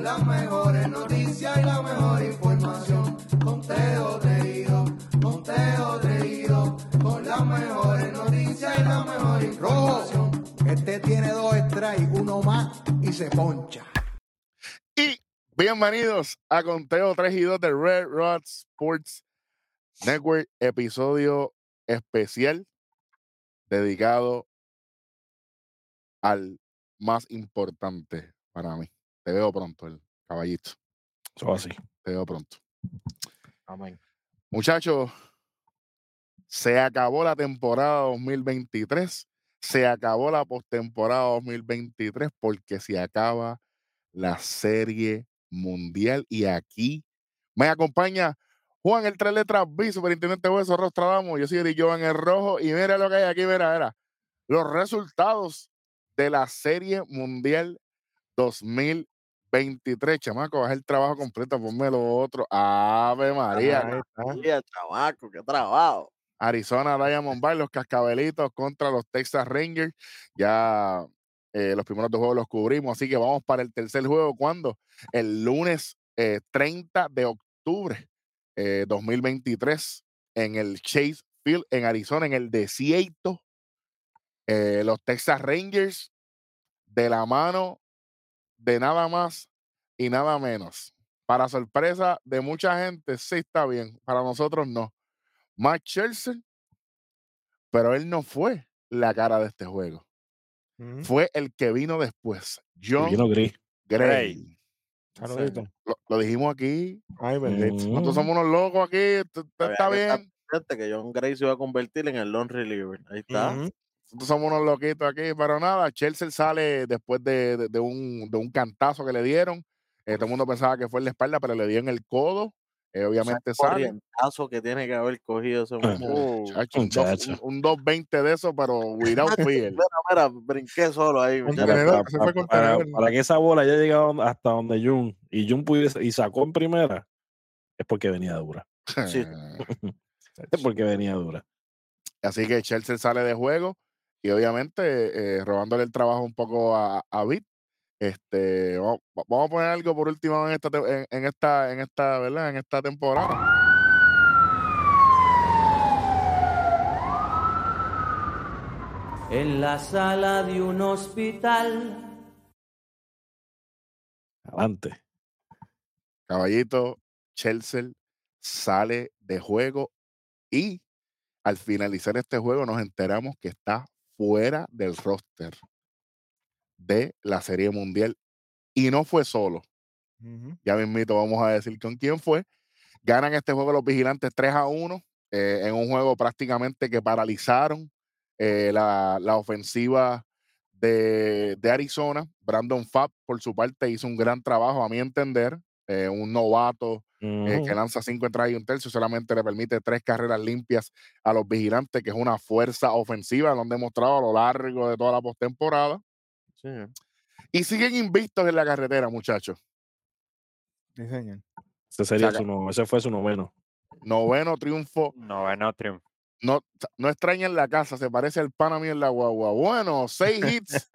las mejores noticias y la mejor información. Conteo reído, conteo reído, con las mejores noticias y la mejor información. Este tiene dos strikes, uno más y se poncha. Y bienvenidos a Conteo 3 y 2 de Red Rod Sports Network, episodio especial dedicado al más importante para mí. Te veo pronto, el caballito. Eso así. Te veo pronto. Amén. Muchachos, se acabó la temporada 2023. Se acabó la postemporada 2023 porque se acaba la serie mundial. Y aquí me acompaña Juan el Tres Letras B, Superintendente Hueso Rostradamo. Yo soy Eric Joan el Rojo. Y mira lo que hay aquí, mira, mira. Los resultados de la Serie Mundial 2023. Chamaco, haz el trabajo completo, ponme lo otro. Ave María. Mira, chamaco, qué trabajo. Arizona Diamondbacks, los cascabelitos contra los Texas Rangers. Ya eh, los primeros dos juegos los cubrimos, así que vamos para el tercer juego. ¿Cuándo? El lunes eh, 30 de octubre eh, 2023 en el Chase Field, en Arizona, en el desierto. Eh, los Texas Rangers de la mano de nada más y nada menos. Para sorpresa de mucha gente, sí está bien. Para nosotros no. Matt Scherzer, pero él no fue la cara de este juego. Fue el que vino después. John Vino gris. Gray. Saludito. Lo, lo dijimos aquí. eh, Ay, Mm. Nosotros somos unos locos aquí. t- t- Todavía Está que bien. Fíjate que John Gray se va a convertir en el long reliever. Ahí está. Ujú. Nosotros somos unos loquitos aquí, pero nada, Chelsea sale después de, de- de un, de un cantazo que le dieron. Eh, todo el mundo pensaba que fue en la espalda, pero le dio en el codo. Eh, obviamente sale. corrientazo que tiene que haber cogido ese muchacho. Chacho, un, dos- Muchacho. un- un 2.20 de eso, pero without fear. Mira, Ah, mira, brinqué solo ahí. Un muchacho. Para, Contenedor, para, ese fue para- para- contenedor. para que esa bola haya llegado hasta donde Jun y Jun pudiese y sacó en primera, es porque venía dura. Sí. Es porque venía dura. Así que Chelsea sale de juego y obviamente eh, robándole el trabajo un poco a, a Bit. Este, vamos, vamos a poner algo por último en esta, te- en, en esta, en esta, ¿verdad? En esta temporada. En la sala de un hospital. Adelante. Caballito, Chelsea sale de juego y al finalizar este juego nos enteramos que está fuera del roster de la Serie Mundial y no fue solo. Ujú. ya mismito vamos a decir con quién fue. Ganan este juego los vigilantes 3 a 1, eh, en un juego prácticamente que paralizaron eh, la, la ofensiva de, de Arizona. Brandon Fapp, por su parte, hizo un gran trabajo, a mi entender. eh, un novato eh, que Ujú. lanza cinco entradas y un tercio, solamente le permite tres carreras limpias a los vigilantes, que es una fuerza ofensiva, lo han demostrado a lo largo de toda la postemporada. Sí. Y siguen invictos en la carretera, muchachos. Sí, señor. Ese, sería saca. su no- ese fue su noveno. Noveno triunfo Noveno triunfo. No, no extraña en la casa, se parece al pana mío en la guagua. Bueno, seis hits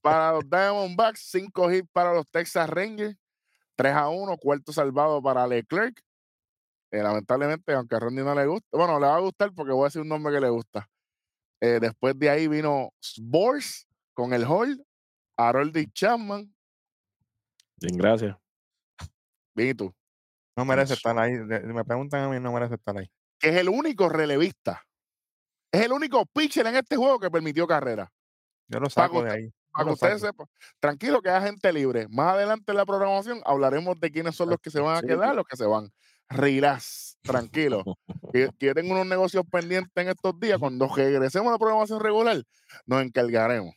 para los Diamondbacks, cinco hits para los Texas Rangers, 3 a 1, cuarto salvado para Leclerc. Eh, lamentablemente, aunque a Randy no le gusta, bueno, le va a gustar porque voy a decir un nombre que le gusta. Eh, después de ahí vino Bors con el Hall, Haroldi Chapman, Bien, gracias. bien, ¿y tú? No merece estar ahí. De- Me preguntan a mí, no merece estar ahí. que es el único relevista, es el único pitcher en este juego que permitió carrera. Yo lo saco de usted- ahí. Para que lo ustedes saco. sepan, tranquilo que hay gente libre. Más adelante en la programación hablaremos de quiénes son los que se van a Sí. quedar, los que se van. Relax, tranquilo. que, que yo tengo unos negocios pendientes en estos días. Cuando regresemos a la programación regular, nos encargaremos.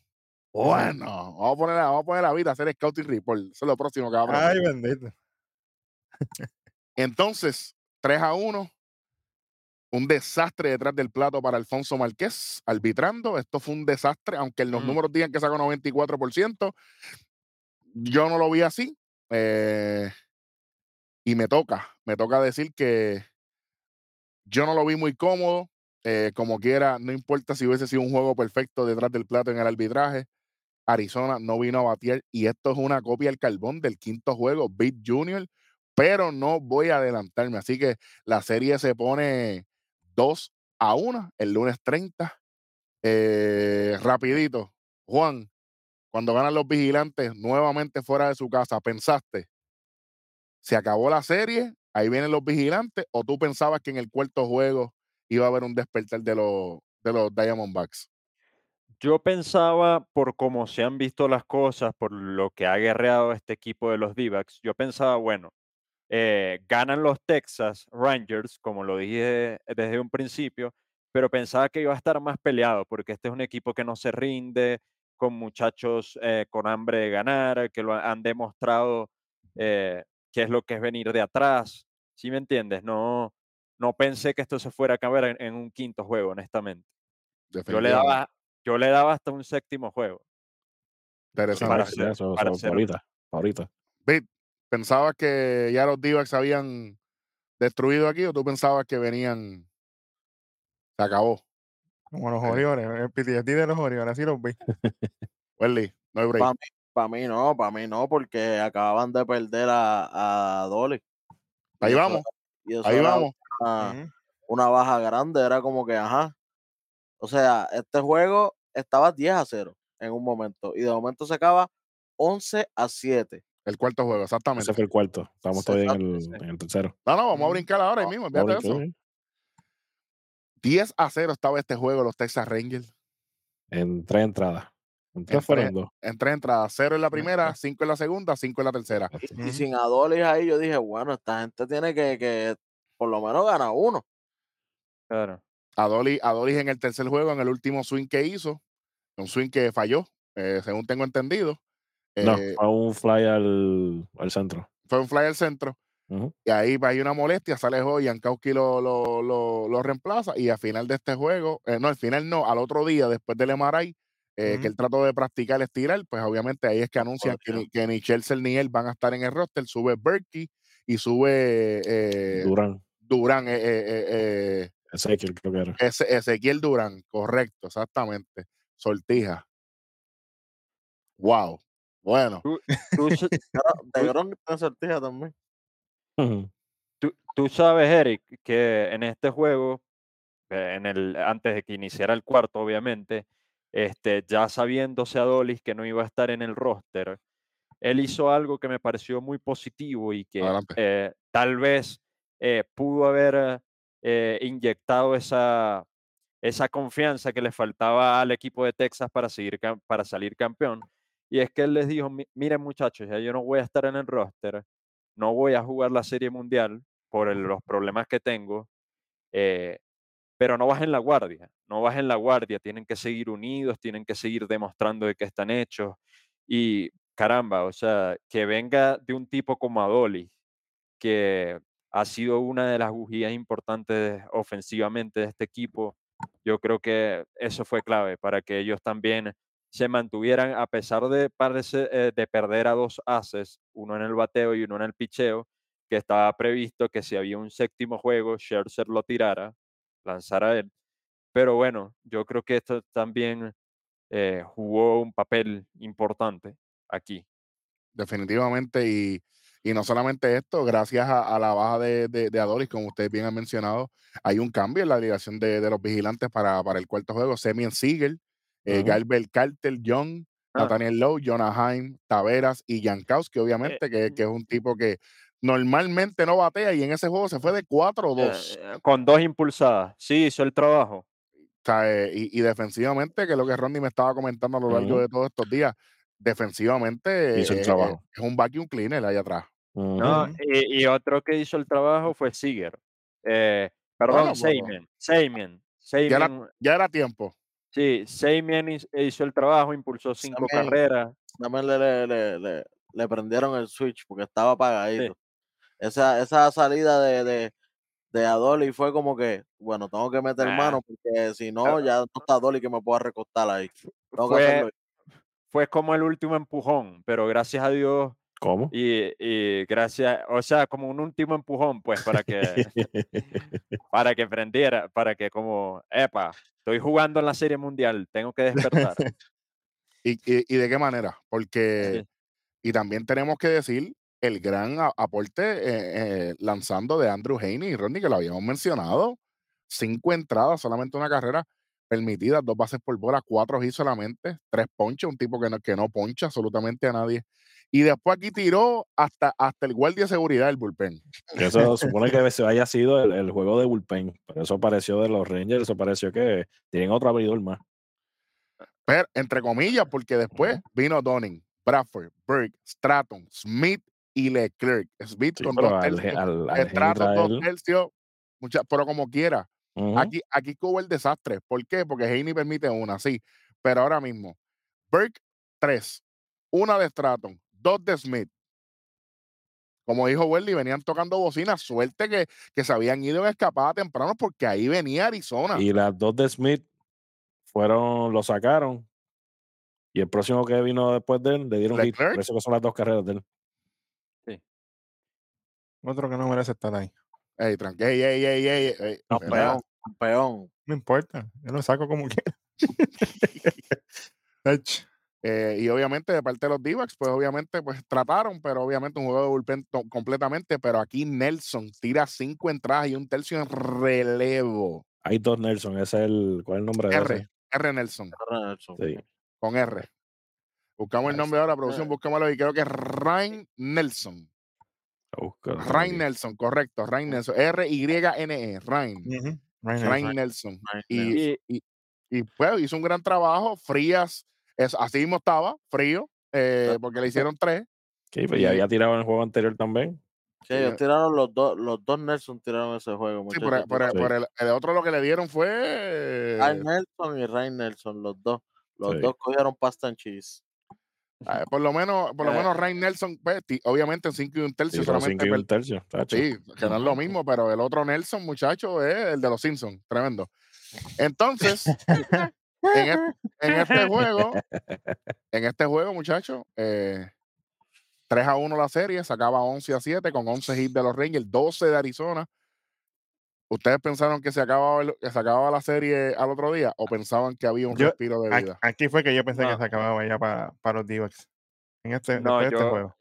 Bueno, vamos a poner a, vamos a, poner a vida a hacer scouting report. Eso es lo próximo que vamos a Ay, hacer. bendito. Entonces, 3 a 1. Un desastre detrás del plato para Alfonso Márquez, arbitrando. Esto fue un desastre, aunque los Mm. números digan que sacó 94%. Yo no lo vi así. eh, y me toca, me toca decir que yo no lo vi muy cómodo. eh, como quiera, no importa si hubiese sido un juego perfecto detrás del plato en el arbitraje. Arizona no vino a batear y esto es una copia al carbón del quinto juego, Big Junior, pero no voy a adelantarme. Así que la serie se pone 2 a 1 el lunes 30. Eh, rapidito, Juan, cuando ganan los vigilantes nuevamente fuera de su casa, ¿pensaste? ¿Se acabó la serie? Ahí vienen los vigilantes. ¿O tú pensabas que en el cuarto juego iba a haber un despertar de los, de los Diamondbacks? Yo pensaba, por cómo se han visto las cosas, por lo que ha guerreado este equipo de los d yo pensaba, bueno, eh, ganan los Texas Rangers, como lo dije desde un principio, pero pensaba que iba a estar más peleado, porque este es un equipo que no se rinde, con muchachos eh, con hambre de ganar, que lo ha- han demostrado eh, qué es lo que es venir de atrás. ¿Sí me entiendes? No, no pensé que esto se fuera a acabar en- en un quinto juego, honestamente. Yo le Definitivamente. daba, yo le daba hasta un séptimo juego. Interesante. para Sí, hacer- eso- para eso, hacer- ahorita, ahorita. Vic, ¿pensabas que ya los Divacs habían destruido aquí o tú pensabas que venían? Se acabó. Como los Orioles, el PTSD de los Orioles, así los vi. Welly, no hay break. Vamos. Para mí no, para mí no, porque acababan de perder a, a Dolly. Ahí Y eso- vamos, y eso ahí era vamos. una- Ujú. una baja grande, era como que, ajá. O sea, este juego estaba 10 a 0 en un momento y de momento se acaba 11 a 7. El cuarto juego, exactamente. Ese fue el cuarto. Estamos todavía en Exacto, el, en el tercero. No, no, vamos a Mm. brincar ahora ahí Ah, mismo. olvídate de Ahorita, eso. sí. 10 a 0 estaba este juego, los Texas Rangers. En tres entradas. En En tres fueron dos. En tres entradas, 0 en la primera, Ujú. pues. 5 en la segunda, 5 en la tercera. Y, y Ujú. sin Adolis ahí yo dije, bueno, esta gente tiene que, que por lo menos gana uno. Claro. Adolis, Adolis en el tercer juego, en el último swing que hizo, un swing que falló, eh, según tengo entendido. No, Eh, fue un fly al, al centro. Fue un fly al centro. Ujú. Y ahí hay una molestia, sale hoy, Yankowski lo, lo, lo, lo reemplaza y al final de este juego, eh, no, al final no, al otro día, después del MRI, eh, Ujú. que él trató de practicar estirar, pues obviamente ahí es que anuncian que ni, que ni Chelsea ni él van a estar en el roster, sube Berkey y sube eh, Durán. Durán, eh, eh, eh, eh, Ezequiel creo que era. Eze- Ezequiel Durán, correcto, exactamente, Sortija. Wow, bueno, Tú, sa- Ah, De Grom está en sortija también. Ujú. tú- tú sabes, Eric, que en este juego, eh, en el, antes de que iniciara el cuarto, obviamente, este, ya sabiéndose a Dolis que no iba a estar en el roster, él hizo algo que me pareció muy positivo y que Adelante. eh, tal vez eh, pudo haber eh, inyectado esa, esa confianza que le faltaba al equipo de Texas para, seguir, cam- para salir campeón. Y es que él les dijo, "Mi- miren muchachos, ya yo no voy a estar en el roster, no voy a jugar la Serie Mundial por el- los problemas que tengo, eh, pero no bajen la guardia, no bajen la guardia, tienen que seguir unidos, tienen que seguir demostrando de qué están hechos. Y caramba, o sea, que venga de un tipo como Adolis, que ha sido una de las bujías importantes ofensivamente de este equipo, yo creo que eso fue clave para que ellos también se mantuvieran, a pesar de, parece, eh, de perder a dos haces, uno en el bateo y uno en el picheo, que estaba previsto que si había un séptimo juego, Scherzer lo tirara, lanzara él. Pero bueno, yo creo que esto también eh, jugó un papel importante aquí. Definitivamente, y, y no solamente esto, gracias a, a la baja de, de, de Adolis, como ustedes bien han mencionado, hay un cambio en la alineación de, de los vigilantes para, para el cuarto juego. Semien Siegel, eh, Ujú. Galbert Carter, John, Ah. Nathaniel Lowe, Jonah Haim, Taveras y Jankowski, Eh, obviamente, que, que es un tipo que normalmente no batea y en ese juego se fue de 4-2. Eh, con dos impulsadas. Sí, hizo el trabajo. O sea, eh, y, y defensivamente, que es lo que Ronnie me estaba comentando a lo largo Ujú. de todos estos días, defensivamente Hizo el eh, eh, trabajo. es un vacuum cleaner allá atrás. Ujú. ¿no? Ujú. Y, y otro que hizo el trabajo fue Seager. Eh, Bueno, perdón, pero- Seymen. Seymen. Ya la- Seymen. Ya era tiempo. Sí, Seymen hiz- hizo el trabajo, impulsó cinco Seymour. carreras. También le, le, le, le- le prendieron el switch porque estaba apagadito. Esa, esa salida de, de, de Adolis fue como que, bueno, tengo que meter Ah. mano porque si no, ya no está Adolis que me pueda recostar ahí. Tengo que Fue, hacerlo yo. fue como el último empujón, pero gracias a Dios ¿Cómo? y, y gracias, o sea, como un último empujón, pues, para que, para que prendiera, para que como, epa, estoy jugando en la Serie Mundial, tengo que despertar. Y ¿Y, y, y de qué manera? Porque, Sí. y también tenemos que decir el gran a- aporte eh, eh, lanzando de Andrew Haney y Rodney, que lo habíamos mencionado. Cinco entradas, solamente una carrera permitida, dos bases por bola, cuatro hits solamente, tres ponches, un tipo que no, que no poncha absolutamente a nadie. Y después aquí tiró hasta, hasta el guardia de seguridad del bullpen. Que Eso supone que se haya sido el, el juego de bullpen, pero eso pareció de los Rangers, eso pareció que tienen otro abridor más. Pero, entre comillas, porque después vino Donning, Bradford, Burke, Stratton, Smith y Leclerc. Smith Sí, con pero dos al, tercios, al- al Henry Stratton dos Trail, tercios, mucha- pero como quiera. ujú, Aquí, aquí hubo el desastre. ¿Por qué? Porque Haney permite una, sí. Pero ahora mismo, Burke, tres. Una de Stratton, dos de Smith. Como dijo Welly, venían tocando bocina. Suerte que, que se habían ido en escapada temprano porque ahí venía Arizona. Y las dos de Smith fueron, lo sacaron. Y el próximo que vino después de él le dieron hit. Leclerc. Por eso que son las dos carreras de él. Otro que no merece estar ahí. Ey, tranqui, ey, ey, ey, ey, ey, No, relaja. Campeón, campeón. No importa. Yo lo saco como quiera. Ach, Eh, y obviamente de parte de los Divax, pues obviamente pues trataron, pero obviamente un juego de bullpen to- completamente, pero aquí Nelson tira cinco entradas y un tercio en relevo. Hay dos Nelson, ese es el. ¿Cuál es el nombre de R, ese? R Nelson, Ah. Nelson. Sí. con R. Buscamos el Nelson. nombre ahora, producción, Ah. buscámoslo y creo que es Ryan Nelson. a buscarlo por Ryan aquí. Nelson, correcto, Ryan Nelson. R-Y-N-E, Ryan. ujú, Ryan Nelson. Ryan Nelson. Ryan Y Y, y pues hizo un gran trabajo. Frías, es, así mismo estaba, frío, eh, porque le hicieron tres. Que, pues, ya Y- había tirado en el juego anterior también. Sí, ellos Sí. tiraron los dos, los dos Nelson tiraron ese juego, Sí, muchachos. por, por- sí. por el, el otro lo que le dieron fue. Al Nelson y Ray Nelson, los dos. Los Sí. dos cogieron pasta and cheese. ah, Por lo menos, por lo Eh. menos Ryan Nelson, pues, ti- obviamente en 5 y un tercio Tiró solamente. cinco y per- un tercio. tacho. Sí, que no es lo mismo, pero el otro Nelson, muchacho, es el de los Simpsons, tremendo. Entonces, en, es- en este juego, en este juego, muchacho, eh, 3 a 1 la serie, sacaba 11 a 7 con 11 hits de los Rangers, 12 de Arizona. ¿Ustedes pensaron que se acababa, el- que se acababa la serie al otro día o pensaban que había un Yo- respiro de Ac- vida? Aquí fue que yo pensé que No. se acababa ya para, para los Divax. En este, No, después de este yo- juego.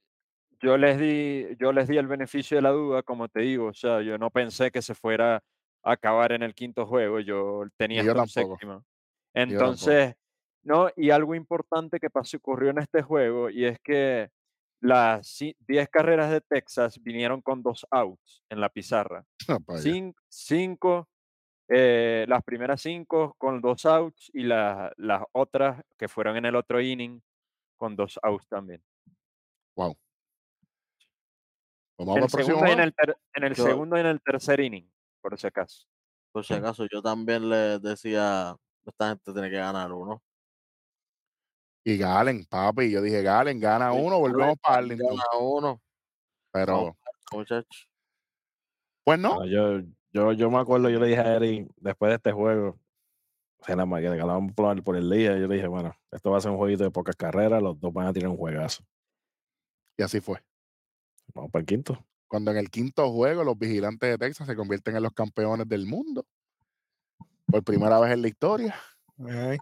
yo les di, yo les di el beneficio de la duda, como te digo, o sea, yo no pensé que se fuera a acabar en el quinto juego, yo tenía yo hasta un tampoco, séptimo. yo tampoco. Entonces, no, y algo importante que pasó, ocurrió en este juego, y es que las ci- 10 carreras de Texas vinieron con dos outs en la pizarra. No, pa' allá. Cin- cinco, eh, las primeras cinco con dos outs y la- las otras que fueron en el otro inning con dos outs también. Vamos En para el, el próximo segundo y en, juego. el ter- en el Yo- segundo y en el tercer inning, por si acaso. Por si acaso, yo también les decía, esta gente tiene que ganar uno. Y Galen, papi, yo dije, Galen, gana Sí, uno, volvemos Galen, para Arlington. Gana uno, Pero, muchachos. pues no, Bueno, yo, yo, yo me acuerdo, yo le dije a Eric después de este juego, se la ma- que ganaban por, el- por el día. Yo le dije, bueno, esto va a ser un jueguito de pocas carreras, los dos van a tirar un juegazo. y así fue. Vamos para el quinto. Cuando en el quinto juego los vigilantes de Texas se convierten en los campeones del mundo. Por primera vez en la historia. Ay,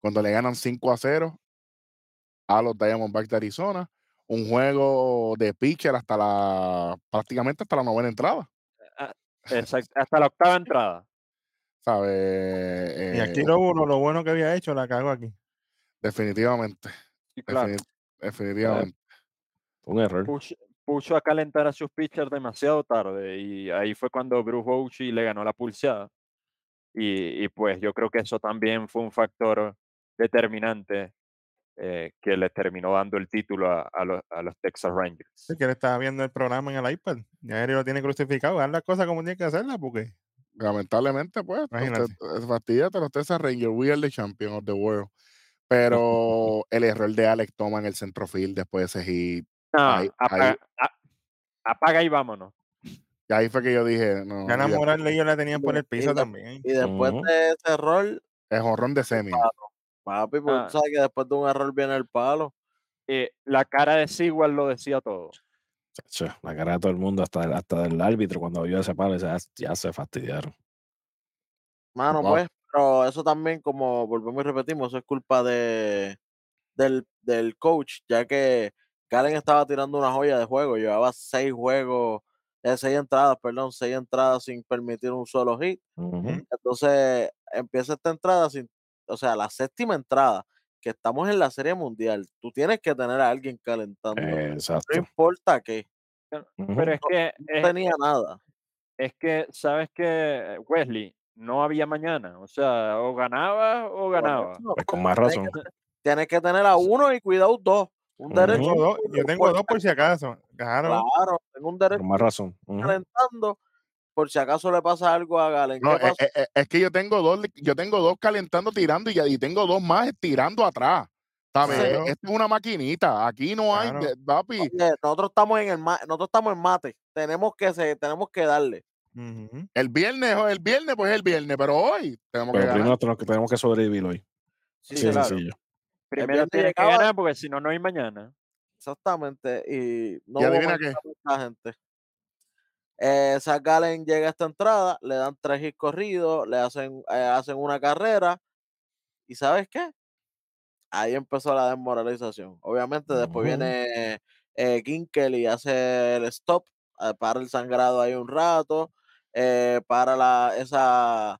Cuando le ganan 5 a 0 a los Diamondbacks de Arizona. Un juego de pitcher hasta la, prácticamente hasta la novena entrada. Exact- hasta la octava entrada. ¿Sabes? Y aquí Eh, lo, bueno- lo bueno que había hecho la cago aquí. Definitivamente. Y claro, defini- definitivamente. Un error. push- puso a calentar a sus pitchers demasiado tarde y ahí fue cuando Bruce Bochy le ganó la pulseada. Y, y pues yo creo que eso también fue un factor determinante eh, que le terminó dando el título a, a los, a los Texas Rangers. Sí, que él estaba viendo el programa en el iPad. Ya Eric lo tiene crucificado. Haz las cosas como tiene que hacerlas porque Lamentablemente, pues, usted, Imagínate. fastidiate los Texas Rangers. We are the champion of the world. Pero el error de Alex toma en el centrofield después de ese hit. Ah, Ahí- apaga, ahí- a- apaga y vámonos. Y ahí fue que yo dije, no, ya la olvídate, moral de ellos la tenían por el piso Mira. también. Y después Ujú. de ese error, es jorrón de semi. palo. Papi, pues Ah. tú sabes que después de un error viene el palo. Eh, la cara de Sewell lo decía todo. Chacho, la cara de todo el mundo, hasta, del- hasta del árbitro, cuando vio ese palo, dice, "Ah, ya se fastidiaron. Mano, Wow. pues, pero eso también, como volvemos y repetimos, eso es culpa de, del, del coach, ya que Galen estaba tirando una joya de juego, llevaba seis juegos, eh, seis entradas, perdón, seis entradas sin permitir un solo hit. Ujú. Entonces empieza esta entrada, sin, o sea, la séptima entrada, que estamos en la Serie Mundial, tú tienes que tener a alguien calentando. No Exacto. importa que Ujú. Pero es que, no es, tenía nada. es que, ¿sabes que Wesley, no había mañana. O sea, o ganaba o ganaba. Correcto. Pues con más razón. Tienes que tener a uno y cuidado dos. Un Ujú. derecho. Tengo y un dos, zurdo, yo tengo dos importa. por si acaso. Claro. Claro, tengo un derecho Con más razón. Ujú. calentando. Por si acaso le pasa algo a Galen. No, ¿Qué pasa? eh, eh, eh, es que yo tengo dos, yo tengo dos calentando, tirando y, ya- y tengo dos más tirando atrás. ¿Sabes? Claro. Eh, Esto es una maquinita. Aquí no hay, Claro. de- papi. Oye, nosotros estamos en el ma- nosotros estamos en mate. Tenemos que se, tenemos que darle. Ujú. El viernes, el viernes, pues es el viernes, pero hoy tenemos que Pero ganar. primero tenemos que- tenemos que sobrevivir hoy. Sí, Así de claro, sencillo. Primero viernes tienes que llegaba- ganar porque si no, no hay mañana. Exactamente. Y no ¿Y hubo adivina manera para esta gente. Eh, Zach Gallen llega a esta entrada, le dan tres hits corridos, le hacen, eh, hacen una carrera. ¿Y sabes qué? Ahí empezó la desmoralización. Obviamente, después Ujú. viene eh, Ginkel y hace el stop, eh, para el sangrado ahí un rato, eh, para la, esa,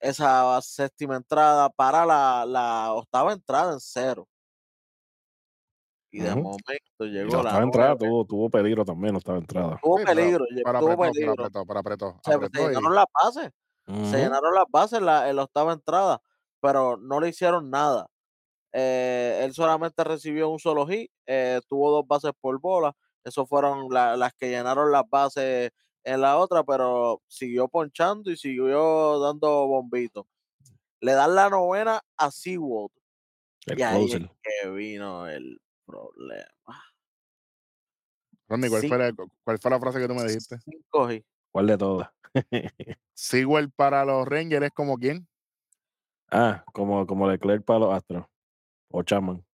esa séptima entrada, para la, la octava entrada en cero. Y de Ujú. momento Y llegó la la octava entrada nueve. tuvo, tuvo peligro también, la octava entrada. Tuvo Sí, pero peligro, lle- Para tuvo apretó, para peligro. apretó, para apretó. Se, se apretó y- llenaron las bases, se Ujú. llenaron las bases en la, en la octava entrada, pero no le hicieron nada. Eh, él solamente recibió un solo hit, eh, tuvo dos bases por bola, eso fueron la- las que llenaron las bases en la otra, pero siguió ponchando y siguió dando bombitos. Le dan la novena a Seawold El y ahí es closer. que vino el problema. Ronnie, ¿cuál, Sí. fue la, cuál fue la frase que tú me dijiste? Cinco hits. ¿Cuál de todas? Sewell para los Rangers es como quién? Ah, como, como Leclerc para los Astros. O Chaman.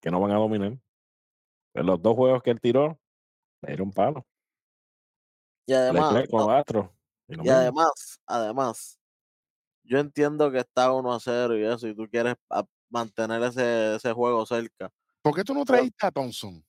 Que no van a dominar. Pero los dos juegos que él tiró, le dieron palo. Y además, Leclerc con no, los Astros. Y lo Y mismo. además, además, yo entiendo que está 1 a 0 y eso, y tú quieres a- mantener ese, ese juego cerca. ¿Por qué tú no traíste a Thompson?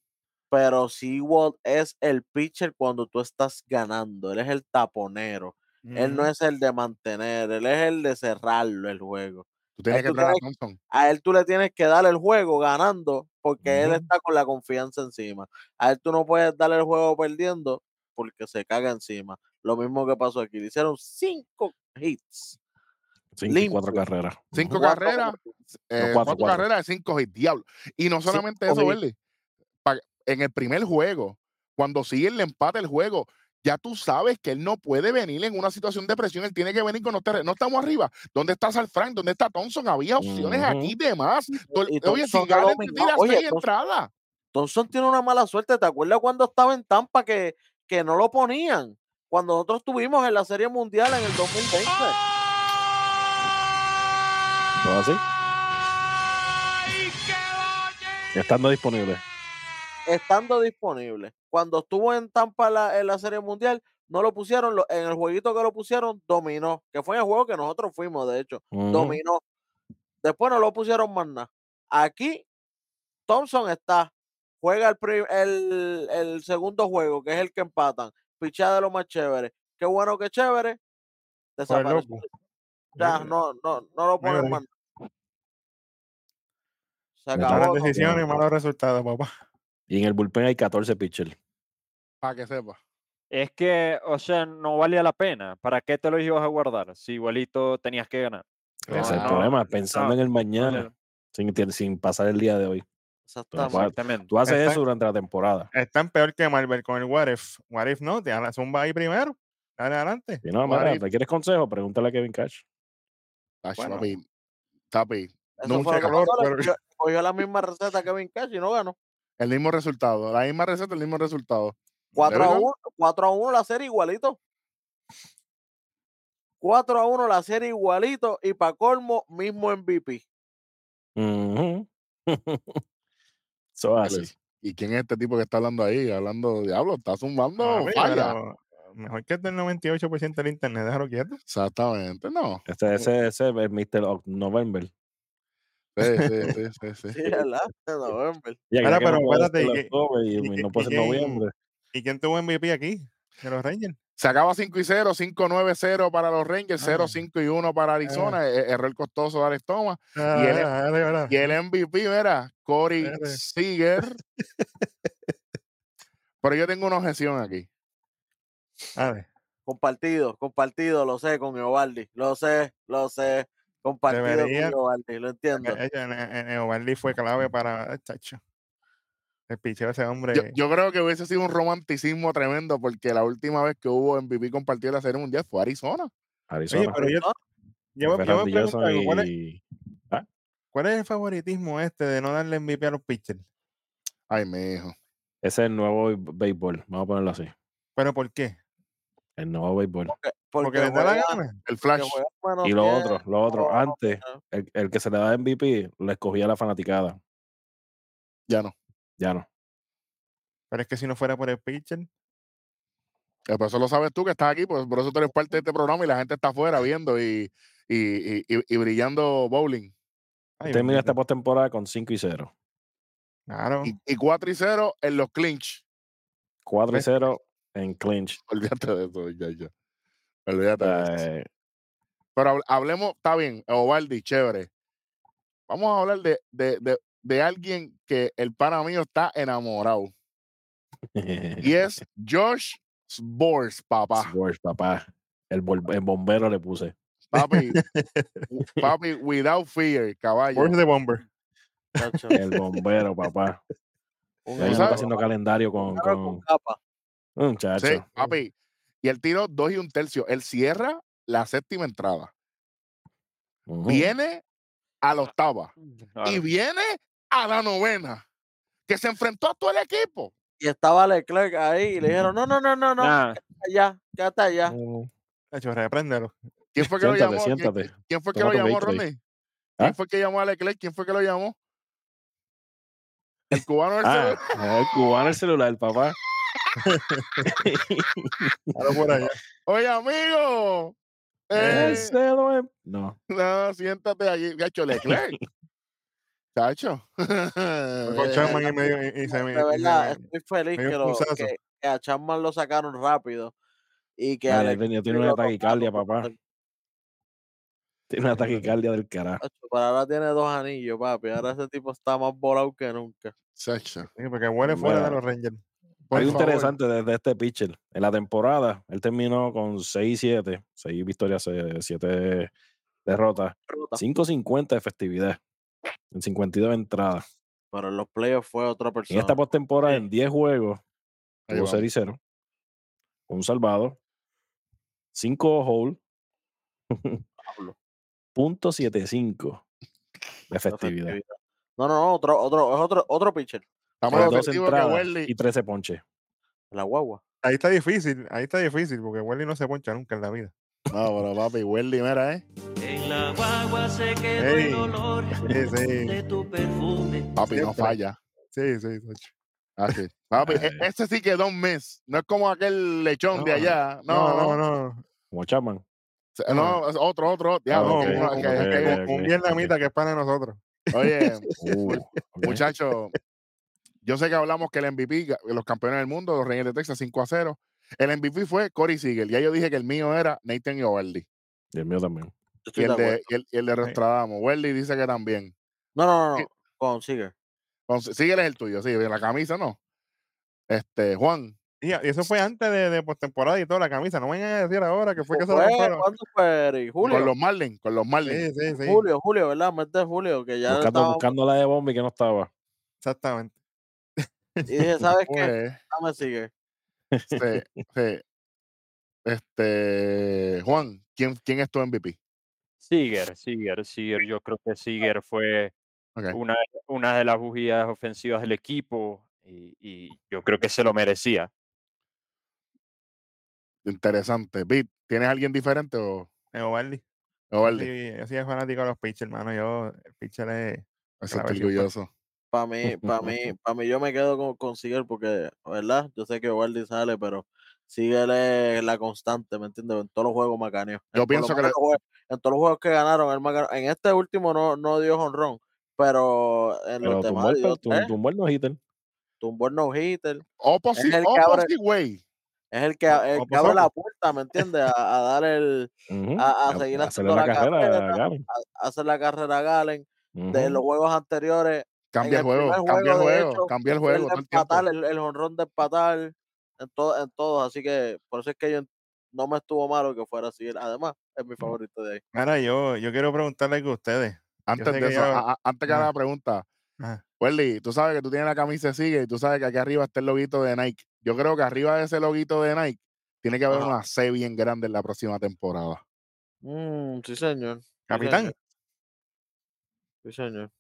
Pero Seawald es el pitcher cuando tú estás ganando. Él es el taponero. Él no Ujú. es el de mantener. Él es el de cerrarlo el juego. Tú tenías que tú traer a crees- Thompson. A él tú le tienes que dar el juego ganando porque él Ujú. está con la confianza encima. A él tú no puedes darle el juego perdiendo porque se caga encima. Lo mismo que pasó aquí. Le hicieron cinco hits. Cinco y cuatro limpio. carreras. Ujú. Cinco Cuatro carreras, eh, cuatro, cuatro, cuatro. carreras de cinco hits, diablo. Y no solamente Cinco eso, hits. Berly. pa- En el primer juego, cuando sigue le empata el juego, ya tú sabes que él no puede venir en una situación de presión. Él tiene que venir con los terrenos. No estamos arriba. ¿Dónde está Salfrank? ¿Dónde está Thompson? Había opciones Ujú. aquí de más. Tol- y Oye, Thompson sin ha Galen te dominado. tira Oye, seis Thompson- entradas. Thompson tiene una mala suerte. ¿Te acuerdas cuando estaba en Tampa que, que no lo ponían? Cuando nosotros estuvimos en la Serie Mundial en el 2020. ¿Todo así? Estando disponible. Estando disponible. Cuando estuvo en Tampa la- en la Serie Mundial, no lo pusieron. lo- en el jueguito que lo pusieron, dominó. Que fue en el juego que nosotros fuimos, de hecho. Ujú. Dominó. Después no lo pusieron más nada. Aquí, Thompson está. Juega el, pri- el, el segundo juego, que es el que empatan. Pichada de lo más chévere. Qué bueno que chévere. Por el Desapareció. Pues, loco. Ya, Eh, no, no, no lo ponen voy. más. Se Me acabó. Cabrón, Malas no- decisiones y malos resultados, papá. Y en el bullpen hay 14 pitchers. Para que sepa. Es que, o sea, no valía la pena. ¿Para qué te lo ibas a guardar? Si igualito tenías que ganar. Ese es el no, problema, pensando no, en el mañana, Entonces, sin, ti- sin pasar el día de hoy. Exactamente. Pues, Exacto. Exactamente. Tú haces Está- eso durante la temporada. Están peor que Marvel con el What If. What If no, te da la zumba ahí primero. Dale adelante. Si no, What mira, if- ¿te quieres consejo? Pregúntale a Kevin Cash. Tacho, Bueno. papi, Tapi, Eso fue nunca lo que ganó, pasó, le pero- cogió- Cogió la misma receta que Kevin Cash y no ganó. el mismo resultado. La misma receta, el mismo resultado. 4 a verdad? 1, 4 a 1 la serie igualito. 4 a 1 la serie igualito y para colmo, mismo MVP. Ujú. Eso es así. Ángeles. ¿Y quién es este tipo que está hablando ahí? Hablando, diablo, está zumbando Papi, falla. pero mejor que el del 98% del internet, déjalo quieto. Eh Exactamente, no. Este, ese, ese es el Mr. Oc- November. Sí, sí, sí, sí, sí. Sí, ¿verdad? De noviembre. Y Ahora, que no pero puede espérate, ser ¿y en qué- octubre y, y y qué- no puede ser y en qué- noviembre. ¿Y quién tuvo MVP aquí? De los Rangers. Se acaba 5 y 0, 5-9-0 para los Rangers, Ah. 0-5 y 1 para Arizona. Eh. e- Error costoso de Alex Thomas. Ah, Y el- ah, ah, ah, Y el MVP, mira, Corey Espérate. Seager. Pero yo tengo una objeción aquí. ah, ah, Compartido, compartido, lo sé con Eovaldi. Lo sé, lo sé. Compartido Debería- con Eovaldi, lo entiendo. ah, ah, ah, Eovaldi fue clave para. ah, Chacho. El picheo de ese hombre. Yo, yo creo que hubiese sido un romanticismo tremendo porque la última vez que hubo MVP compartido en la Serie Mundial fue Arizona. Arizona. Oye, pero yo. Ah, Yo, yo Fernando me pregunto Johnson algo, ¿cuál, es, y- cuál es el favoritismo este de no darle MVP a los pitchers? Ay, mi hijo. Ese es el nuevo b- béisbol, vamos a ponerlo así. ¿Pero por qué? El nuevo béisbol. Porque, Porque, les da la juegan- gana. El que flash. juegan menos Ah. Y lo que- otro, lo Oh, otro, no, antes, no. el, el que se le daba MVP, le escogía la fanaticada. Ya no. Ya no. Pero es que si no fuera por el pitcher. Eh, Por eso lo sabes tú que estás aquí, pues por eso tú eres parte de este programa y la gente está afuera viendo y, y- y- y- y brillando bowling. ay, Termina esta bendito. postemporada con 5 y 0. Claro. Y, y 4 y 0 en los clinch. 4 y Ve. 0 en clinch. Olvídate de eso, ya, ya. Olvídate de eso. Eh, Pero hable- hablemos, está bien, Ovaldi, chévere. Vamos a hablar de, de, de, de alguien que el pana mío está enamorado. eh, Y es Josh Sbors, papá. Scorch, papá. El, bol- el bombero le puse. Papi, u- papi, without fear, caballo. Where's the bomber? Chacho, El bombero, papá. ¿Tú Ya yo no un sabes? está haciendo calendario con. carro con con... capa. Mm, chacho. Sí, papi. Y el tiro dos y un tercio. Él cierra la séptima entrada. Ujú. Viene a la octava. Y Claro. viene a la novena. Que se enfrentó a todo el equipo. Y estaba Leclerc ahí y le dijeron, no, no, no, no, no, Nah, allá, quédate allá. Mm, Chacho, repréndelo. ¿Quién fue que lo Siéntate, llamó? ¿Quién- siéntate. ¿Quién fue que Toma lo tu llamó, break, break. Ronnie? ¿Quién ¿Ah? fue que llamó a Leclerc? ¿Quién fue que lo llamó? El cubano del Ah, celular. el cubano el celular, papá. Ahora por allá. Oye, amigo. Eh, El Eh, celo es- No. no, siéntate allí. Gacho, Leclerc. Chacho. Con Eh, Chapman y medio. y- y se me- De y se verdad, me- estoy feliz medio que, lo, punzazo. que, que a Chapman lo sacaron rápido y que a Ay, Leclerc Tenía tiene lo una tocaron taquicardia, por papá. el Tiene una taquicardia del carajo. tacho, Pero ahora tiene dos anillos, papi. Ahora ese tipo está más volado que nunca. Chacho. Sí, porque huele fuera de Mira. los Rangers. Por Algo favor. interesante de, de este pitcher. En la temporada, él terminó con 6-7, 6 victorias, 7 derrotas, Ah. Rota. 5.50 de festividad en 52 entradas. Pero en los playoffs fue otra En persona. esta postemporada, en 10 juegos, Ahí tuvo vamos. 0 y 0, un salvado, 5 hole, punto 75 de Otra festividad. efectividad. No, no, no, otro, otro, es otro, otro pitcher. Estamos Con más dos efectivos que entradas Welly. y 13 ponches. La guagua. Ahí está difícil, ahí está difícil, porque Welly no se poncha nunca en la vida. No, pero papi, Welly, mira, ¿eh? En la guagua se quedó Ey. el olor Sí, sí, de tu perfume. Papi, no Siempre. falla. sí, sí. Sacho. Así. Papi, e- Ay. ese sí quedó un mes. No es como aquel lechón de No, allá. No, no, no. no. Como Chapman. Se- No, es otro, otro. Diablo. no, ok, que- que- un- un- que- ok, que- ok. un- Un vietnamita que es para nosotros. Oye, Uh, ok. Muchachos, yo sé que hablamos que el MVP, ga- los campeones del mundo, los Reyes de Texas 5 a 0. El MVP fue Corey Siegel. Ya yo dije que el mío era Nathan Ovaldi. Y el mío también. Yo Y estoy el de acuerdo. de, y el, y el de Restradamo. Welly dice que también. No, no, no, Sí. no. Con Seager. Entonces, Siegel es el tuyo, sí, de la camisa no. Este, Juan, Y y eso fue antes de, de postemporada y toda la camisa. No vengan a decir ahora que fue que se la Fue- compraron. ¿Cuándo fue, Eric? Julio. con los Marlins, con los Marlins. Sí, sí, sí. Julio, Julio, ¿verdad? Mes de Julio, que ya Buscando, estaba- buscando la de Bombi que no estaba. Exactamente. Y dije, ¿sabes qué? Pues, Dame Seager. este, sí. Este, Juan, ¿quién, ¿quién es tu MVP? Seager, Seager, Seager. Yo creo que Seager fue Ok. una, de- una de las bujías ofensivas del equipo y, y yo creo que se lo merecía. Interesante. Bit, ¿tienes alguien diferente o Leo Baldi. Ovaldi? Sí, yo soy fanático de los pitchers, hermano. Yo, el pitcher es. Eso claro, estoy sí, pues. orgulloso. Para mí, para mí, para mí, yo me quedo con, con Seager porque, ¿verdad? Yo sé que Waldi sale, pero Seager es la constante, ¿me entiendes? En todos los juegos macaneo. Yo pienso que la- En todos los juegos que ganaron, él macaneó. en este último no, no dio jonrón, pero en Pero los tu demás ¿eh? dio muerto, tu, tres, tu muerto hitter. tumbó el no-hitter, Opposite, Es el que opposite oh, way. es el que, el Vamos que abre pasando. la puerta, ¿me entiendes? A, a dar el, Ujú. a- a seguir hacerle haciendo la la carrera. carrera. Gavin. a hacer la carrera a Galen, de Ujú. los juegos anteriores, Cambia el el juego, primer cambia el juego, de juego, hecho, cambia el el este juego. de todo el tiempo. empatar, el, el honrón de empatar, en, todo, en todo, así que por eso es que yo no me estuvo malo que fuera así, además es mi favorito de ahí. Mira, yo, yo quiero preguntarle algo a ustedes. Antes sé de que eso, ya- a- a- antes que haga Ajá. la pregunta, Ajá. Welly, tú sabes que tú tienes la camisa sigue y tú sabes que aquí arriba está el loguito de Nike. Yo creo que arriba de ese loguito de Nike tiene que haber Ajá. una C bien grande en la próxima temporada. Mm, sí, señor. Sí, Capitán, señor. Sí, señor.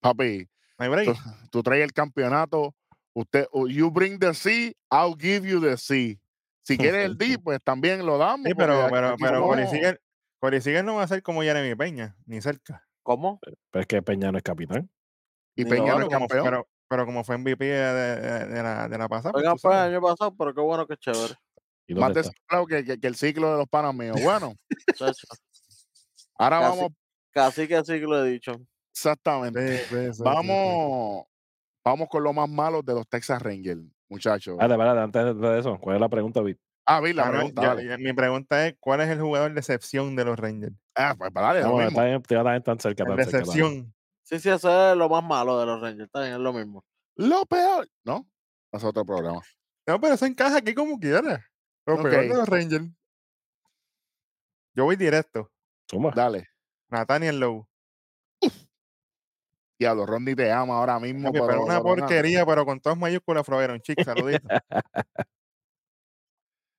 Papi, no hay break. tú traes el campeonato, usted, o you bring the C, I'll give you the C. Si quieres el D, pues también lo damos. Sí, porque pero, aquí- pero, aquí pero somos- Corey Seager- Corey Seager no va a ser como Jeremy Peña, ni cerca. ¿Cómo? Pero es que Peña no es capitán. y ni Peña no es Claro, pero, como, campeón. pero, pero como fue MVP de, de- de la, de la pasada. pues, Oigan, tú pues sabes. el año pasado, pero qué bueno que chévere. ¿Y más dónde está? desinflado que, que- que el ciclo de los panas míos. Bueno, Chacho, ahora Casi. Ah, vamos Casi que así que lo he dicho. exactamente. Sí, sí, sí, sí, sí. Vamos, vamos con lo más malo de los Texas Rangers, muchachos. Espérate, espérate, antes de eso, ¿cuál es la pregunta, Vic? Ah, vi la Ah, no, pregunta, yo- dale. yo- mi pregunta es: ¿cuál es el jugador de excepción de los Rangers? Ah, pues dale, lo No, mismo. está bien, está bien, tan cerca, El tan de cerca. tan- excepción. Sí, sí, eso es lo más malo de los Rangers. También es lo mismo. Lo peor, ¿no? Es otro programa. No, pero eso encaja aquí como quiera. Lo peor Ok. de los Rangers. Yo voy directo. Zumba. Dale. Nathaniel Lowe. Diablo, Rondi te ama ahora mismo. Papi, Pero, Pero una pero nada. porquería, pero con todas mayúsculas, Froero. Un chico, saludito.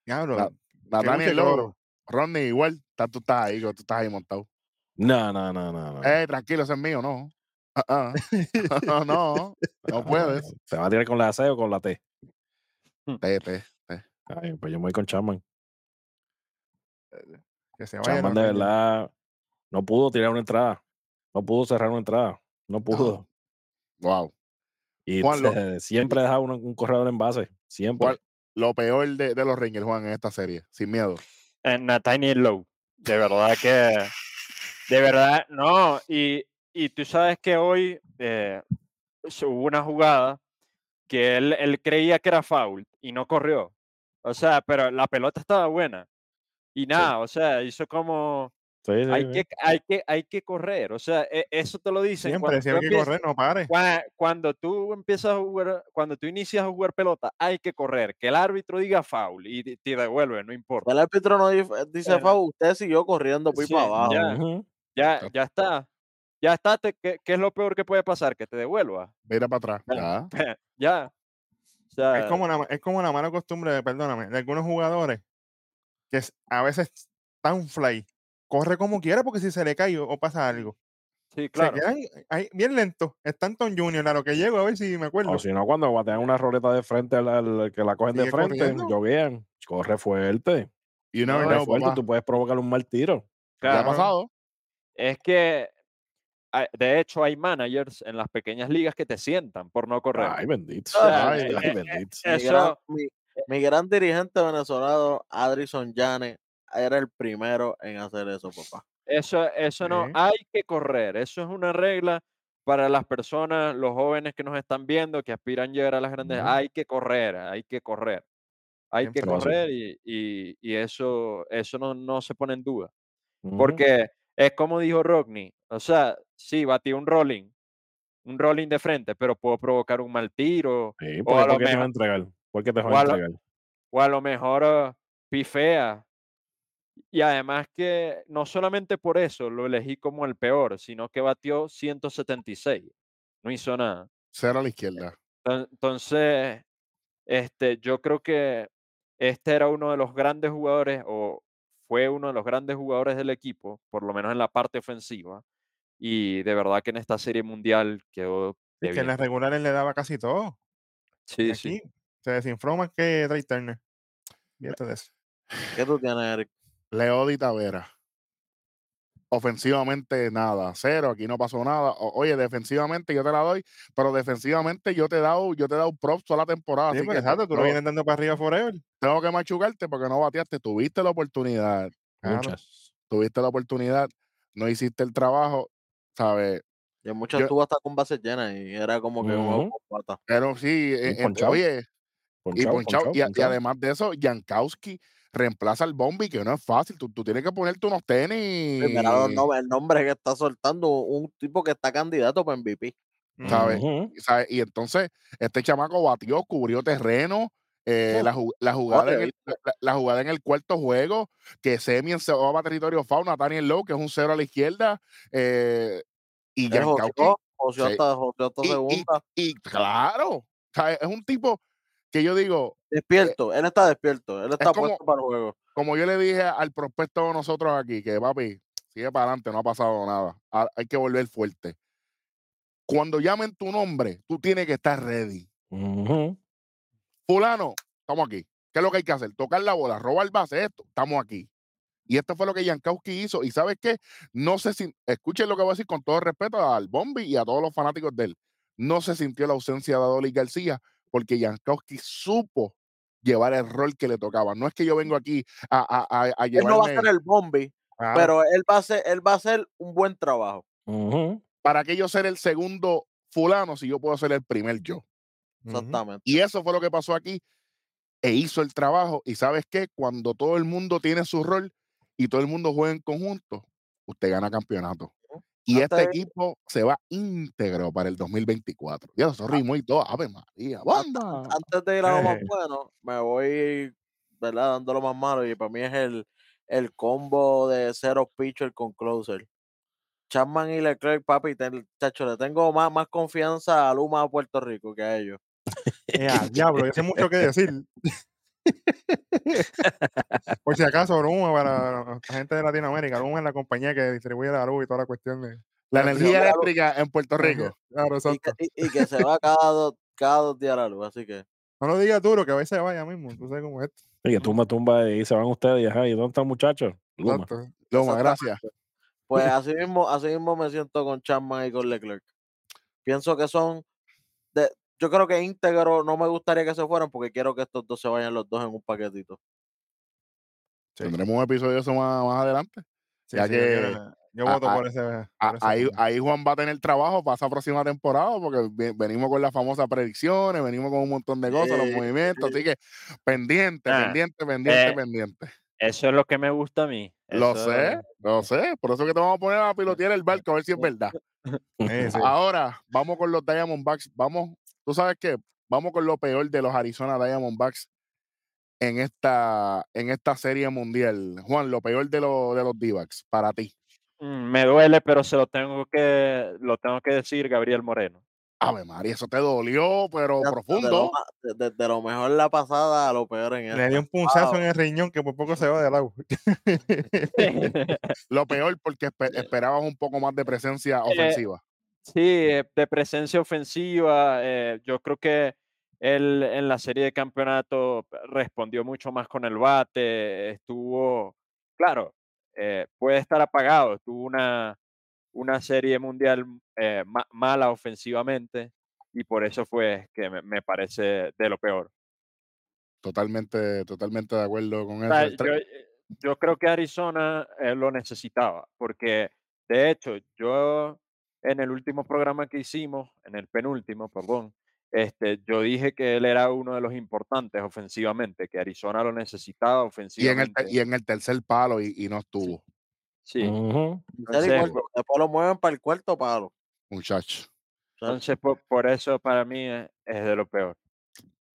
Diablo. Na- qué Nathaniel lucha que Logro. Rondi, igual. Está, tú estás ahí, tú estás ahí montado. No, no, no, no. no. Eh, tranquilo, ese es mío, no. Ah, ah. no, no, no puedes. ¿Te va a tirar con la C o con la T? Te, te. Ay, pues yo me voy con Chaman. Que se vaya. Chaman, de verdad, no pudo tirar una entrada. No pudo cerrar una entrada. No pudo. Wow. Y Ah, Juan, lo- se- siempre dejaba un, un corredor en base. Siempre. Juan- Lo peor de, de los Rangers, Juan, en esta serie. Sin miedo. Eh, Nathaniel Lowe. De verdad que. De verdad, no. Y, y tú sabes que hoy eh, s- hubo una jugada que él, él creía que era foul y no corrió. O sea, pero la pelota estaba buena. Y nada, o sea, hizo como. Sí, sí, Hay sí. que, hay, que, hay que correr. O sea, e- eso te lo dicen. Siempre, cuando si tú hay que empiezas- correr, no pare. cua- cuando tú empiezas a jugar, cuando tú inicias a jugar pelota, hay que correr. Que el árbitro diga foul y te- te devuelve, no importa. El árbitro no dif- eh, dice Pero- Fau, usted siguió corriendo por ahí Sí, para abajo. ya, Ujú. Ya, ya está. Ya está. te- ¿qué, qué es lo peor que puede pasar? Que te devuelva. Mira para atrás. Ah, Claro. ya. Ya. O sea, Es como, la, ma- es como la mala costumbre, de, perdóname, de algunos jugadores que es- a veces tan fly. Corre como quiera porque si se le cae o, o pasa algo. sí, Claro. claro. bien lento. Stanton Junior, a lo que llego, a ver si me acuerdo. Oh, O si no, cuando batean una roleta de frente, al- al- que la cogen de Sigue frente, corriendo. llovean. Corre fuerte. You never Corre know, fuerte. papá. Tú puedes provocar un mal tiro. Ya ha claro. pasado. Es que, ah, de hecho, hay managers en las pequeñas ligas que te sientan por no correr. Ay, bendito. Ah, Ay, eh, ay, eh, bendito. Mi, gran, Eso, mi- mi gran dirigente venezolano, Adrison Yane, era el primero en hacer eso, papá. eso, eso no. Sí. Hay que correr. Eso es una regla para las personas, los jóvenes que nos están viendo, que aspiran a llegar a las grandes. Ujú. Hay que correr, hay que correr. Hay que Siempre va a ser. correr y, y- y eso, eso no, no se pone en duda. Ujú. eh, Porque es como dijo Rodney, o sea, sí, batí un rolling, un rolling de frente, pero puedo provocar un mal tiro, Sí, o a porque, lo ¿por qué te vas a mejor- entregar? ¿Por qué te o vas a a lo- entregar? o a lo mejor ah, pifea. Y además que no solamente por eso lo elegí como el peor, sino que batió 176, no hizo nada. Cero a la izquierda. Enton- Entonces, este, yo creo que este era uno de los grandes jugadores, o fue uno de los grandes jugadores del equipo, por lo menos en la parte ofensiva. Y de verdad que en esta serie mundial quedó de Es que en bien. las regulares le daba casi todo. Y Sí, sí. aquí se desinfló más que Trey Turner. Fíjate de eso. ¿Qué tú tienes, Eric? Leody Tavera. Ofensivamente nada, cero, aquí no pasó nada. O- oye, defensivamente yo te la doy, pero defensivamente yo te he dado, yo te he dado props toda la temporada. Sí, así pero que exacto, tú lo no, vienes dando para arriba forever. tengo que machucarte porque no bateaste, tuviste la oportunidad, Claro. Muchas. tuviste la oportunidad, no hiciste el trabajo, ¿sabes? Y en muchas Yo- tuvo hasta con bases llenas y era como que un juego Ujú. con patas. Pero sí, eh, eh, ponchado. oye, y Ponchao, ponchao, ponchao, y, a- y ponchao. además de eso, Jankowski reemplaza al Bombi, que no es fácil. Tú, tú tienes que ponerte unos tenis. Y mira los nom- el nombre que está soltando un tipo que está candidato para MVP. ¿sabes? Ujú. eh. ¿sabes? Y entonces, este chamaco batió, cubrió terreno. eh, la, ju- la jugada en Oye, el, la, la jugada en el cuarto juego, que Semien se va a territorio foul, Nathaniel Lowe, que es un cero a la izquierda, eh, y Él Jankowski. joseó, joseó sí. hasta, joseó hasta Y- eh y- segunda. Y claro, ¿sabes? es un tipo que yo digo, Despierto, él está despierto, él está como- puesto para el juego. como yo le dije al prospecto de nosotros aquí, que papi, sigue para adelante, no ha pasado nada. ha- Hay que volver fuerte. Cuando llamen tu nombre, tú tienes que estar ready. Ujú. Fulano, estamos aquí. ¿Qué es lo que hay que hacer? Tocar la bola, robar base, esto, estamos aquí. Y esto fue lo que Yankowski hizo. Y sabes qué? No sé si, escuchen lo que voy a decir con todo respeto al Bombi y a todos los fanáticos de él. No se sintió la ausencia de Adolis García porque Yankowski supo llevar el rol que le tocaba. No es que yo vengo aquí a, a, a- a Él no va a llevarme... ser el bombi, Claro. pero él va a hacer, él va a hacer un buen trabajo. Ujú. ¿para que yo ser el segundo fulano si yo puedo ser el primer yo? Ujú. Exactamente. Y eso fue lo que pasó aquí. E hizo el trabajo. Y sabes qué? Cuando todo el mundo tiene su rol y todo el mundo juega en conjunto, usted gana campeonato. Y Antes este de- equipo se va íntegro para el 2024. Ya eso rimó y todo. Ave María, bomba. Antes de ir a lo más bueno, me voy, ¿verdad? Dando lo más malo. Y para mí es el, el combo de cero pitcher con closer. Chapman y Leclerc, papi, te- chacho, le tengo más, más confianza a Luma a Puerto Rico que a ellos. Eh, a diablo, yo sé mucho que decir. Por si acaso, Bruma, para la gente de Latinoamérica, Bruma es la compañía que distribuye la luz y toda la cuestión de. La Pero energía claro. eléctrica en Puerto Rico. Claro, Y exacto. que, y- y que se va cada dos, cada dos días la luz, así que. No lo digas duro, que a veces vaya mismo. Tú sabes cómo es esto. Y que tumba, tumba y se van ustedes. Y, ajá, ¿y dónde están muchachos? Luma. Exacto. Loma, gracias. Pues así mismo, así mismo me siento con Chapman y con Leclerc. Pienso que son. De, yo creo que íntegro no me gustaría que se fueran porque quiero que estos dos se vayan los dos en un paquetito. Sí, Tendremos un episodio de eso más, más adelante. sí, ya sí, yo quiero- que- yo, voto ah, por ese. Ah, por ese Ahí, cambio. ahí Juan va a tener trabajo para esa próxima temporada porque ve- venimos con las famosas predicciones, venimos con un montón de cosas, los Sí, movimientos, así que pendiente, Ah, pendiente, pendiente, eh, pendiente. Eso es lo que me gusta a mí. Lo eso- sé, lo sé, por eso que te vamos a poner a pilotear el barco a ver si es verdad. Sí, sí. Ahora vamos con los Diamondbacks, vamos, tú sabes qué, vamos con lo peor de los Arizona Diamondbacks en esta, en esta serie mundial. Juan, lo peor de, lo- de los D-backs para ti. Mm, Me duele, pero se lo tengo que, lo tengo que decir, Gabriel Moreno. Ave María, eso te dolió, pero Ya, de lo profundo. ma- de- Desde de lo mejor la pasada a lo peor en Le esta. dio un punzazo Wow. en el riñón que por poco se va de lado. Lo peor porque espe- esperabas un poco más de presencia ofensiva. Sí, eh, de presencia ofensiva. eh, yo creo que él en la serie de campeonato respondió mucho más con el bate. Estuvo, claro, eh, puede estar apagado. Tuvo una, una serie mundial eh, ma- mala ofensivamente y por eso fue que me, me parece de lo peor. Totalmente, totalmente de acuerdo con O eso. sea, El tra- yo, eh, yo creo que Arizona eh, lo necesitaba, porque de hecho yo en el último programa que hicimos, en el penúltimo, perdón, este, yo dije que él era uno de los importantes ofensivamente, que Arizona lo y, necesitaba en el ofensivamente. te- y en el tercer palo y, y no estuvo, Sí, Ujú. Tercer y entonces, cuarto, después lo mueven para el cuarto palo. muchacho. entonces por, por eso para mí es, es de lo peor.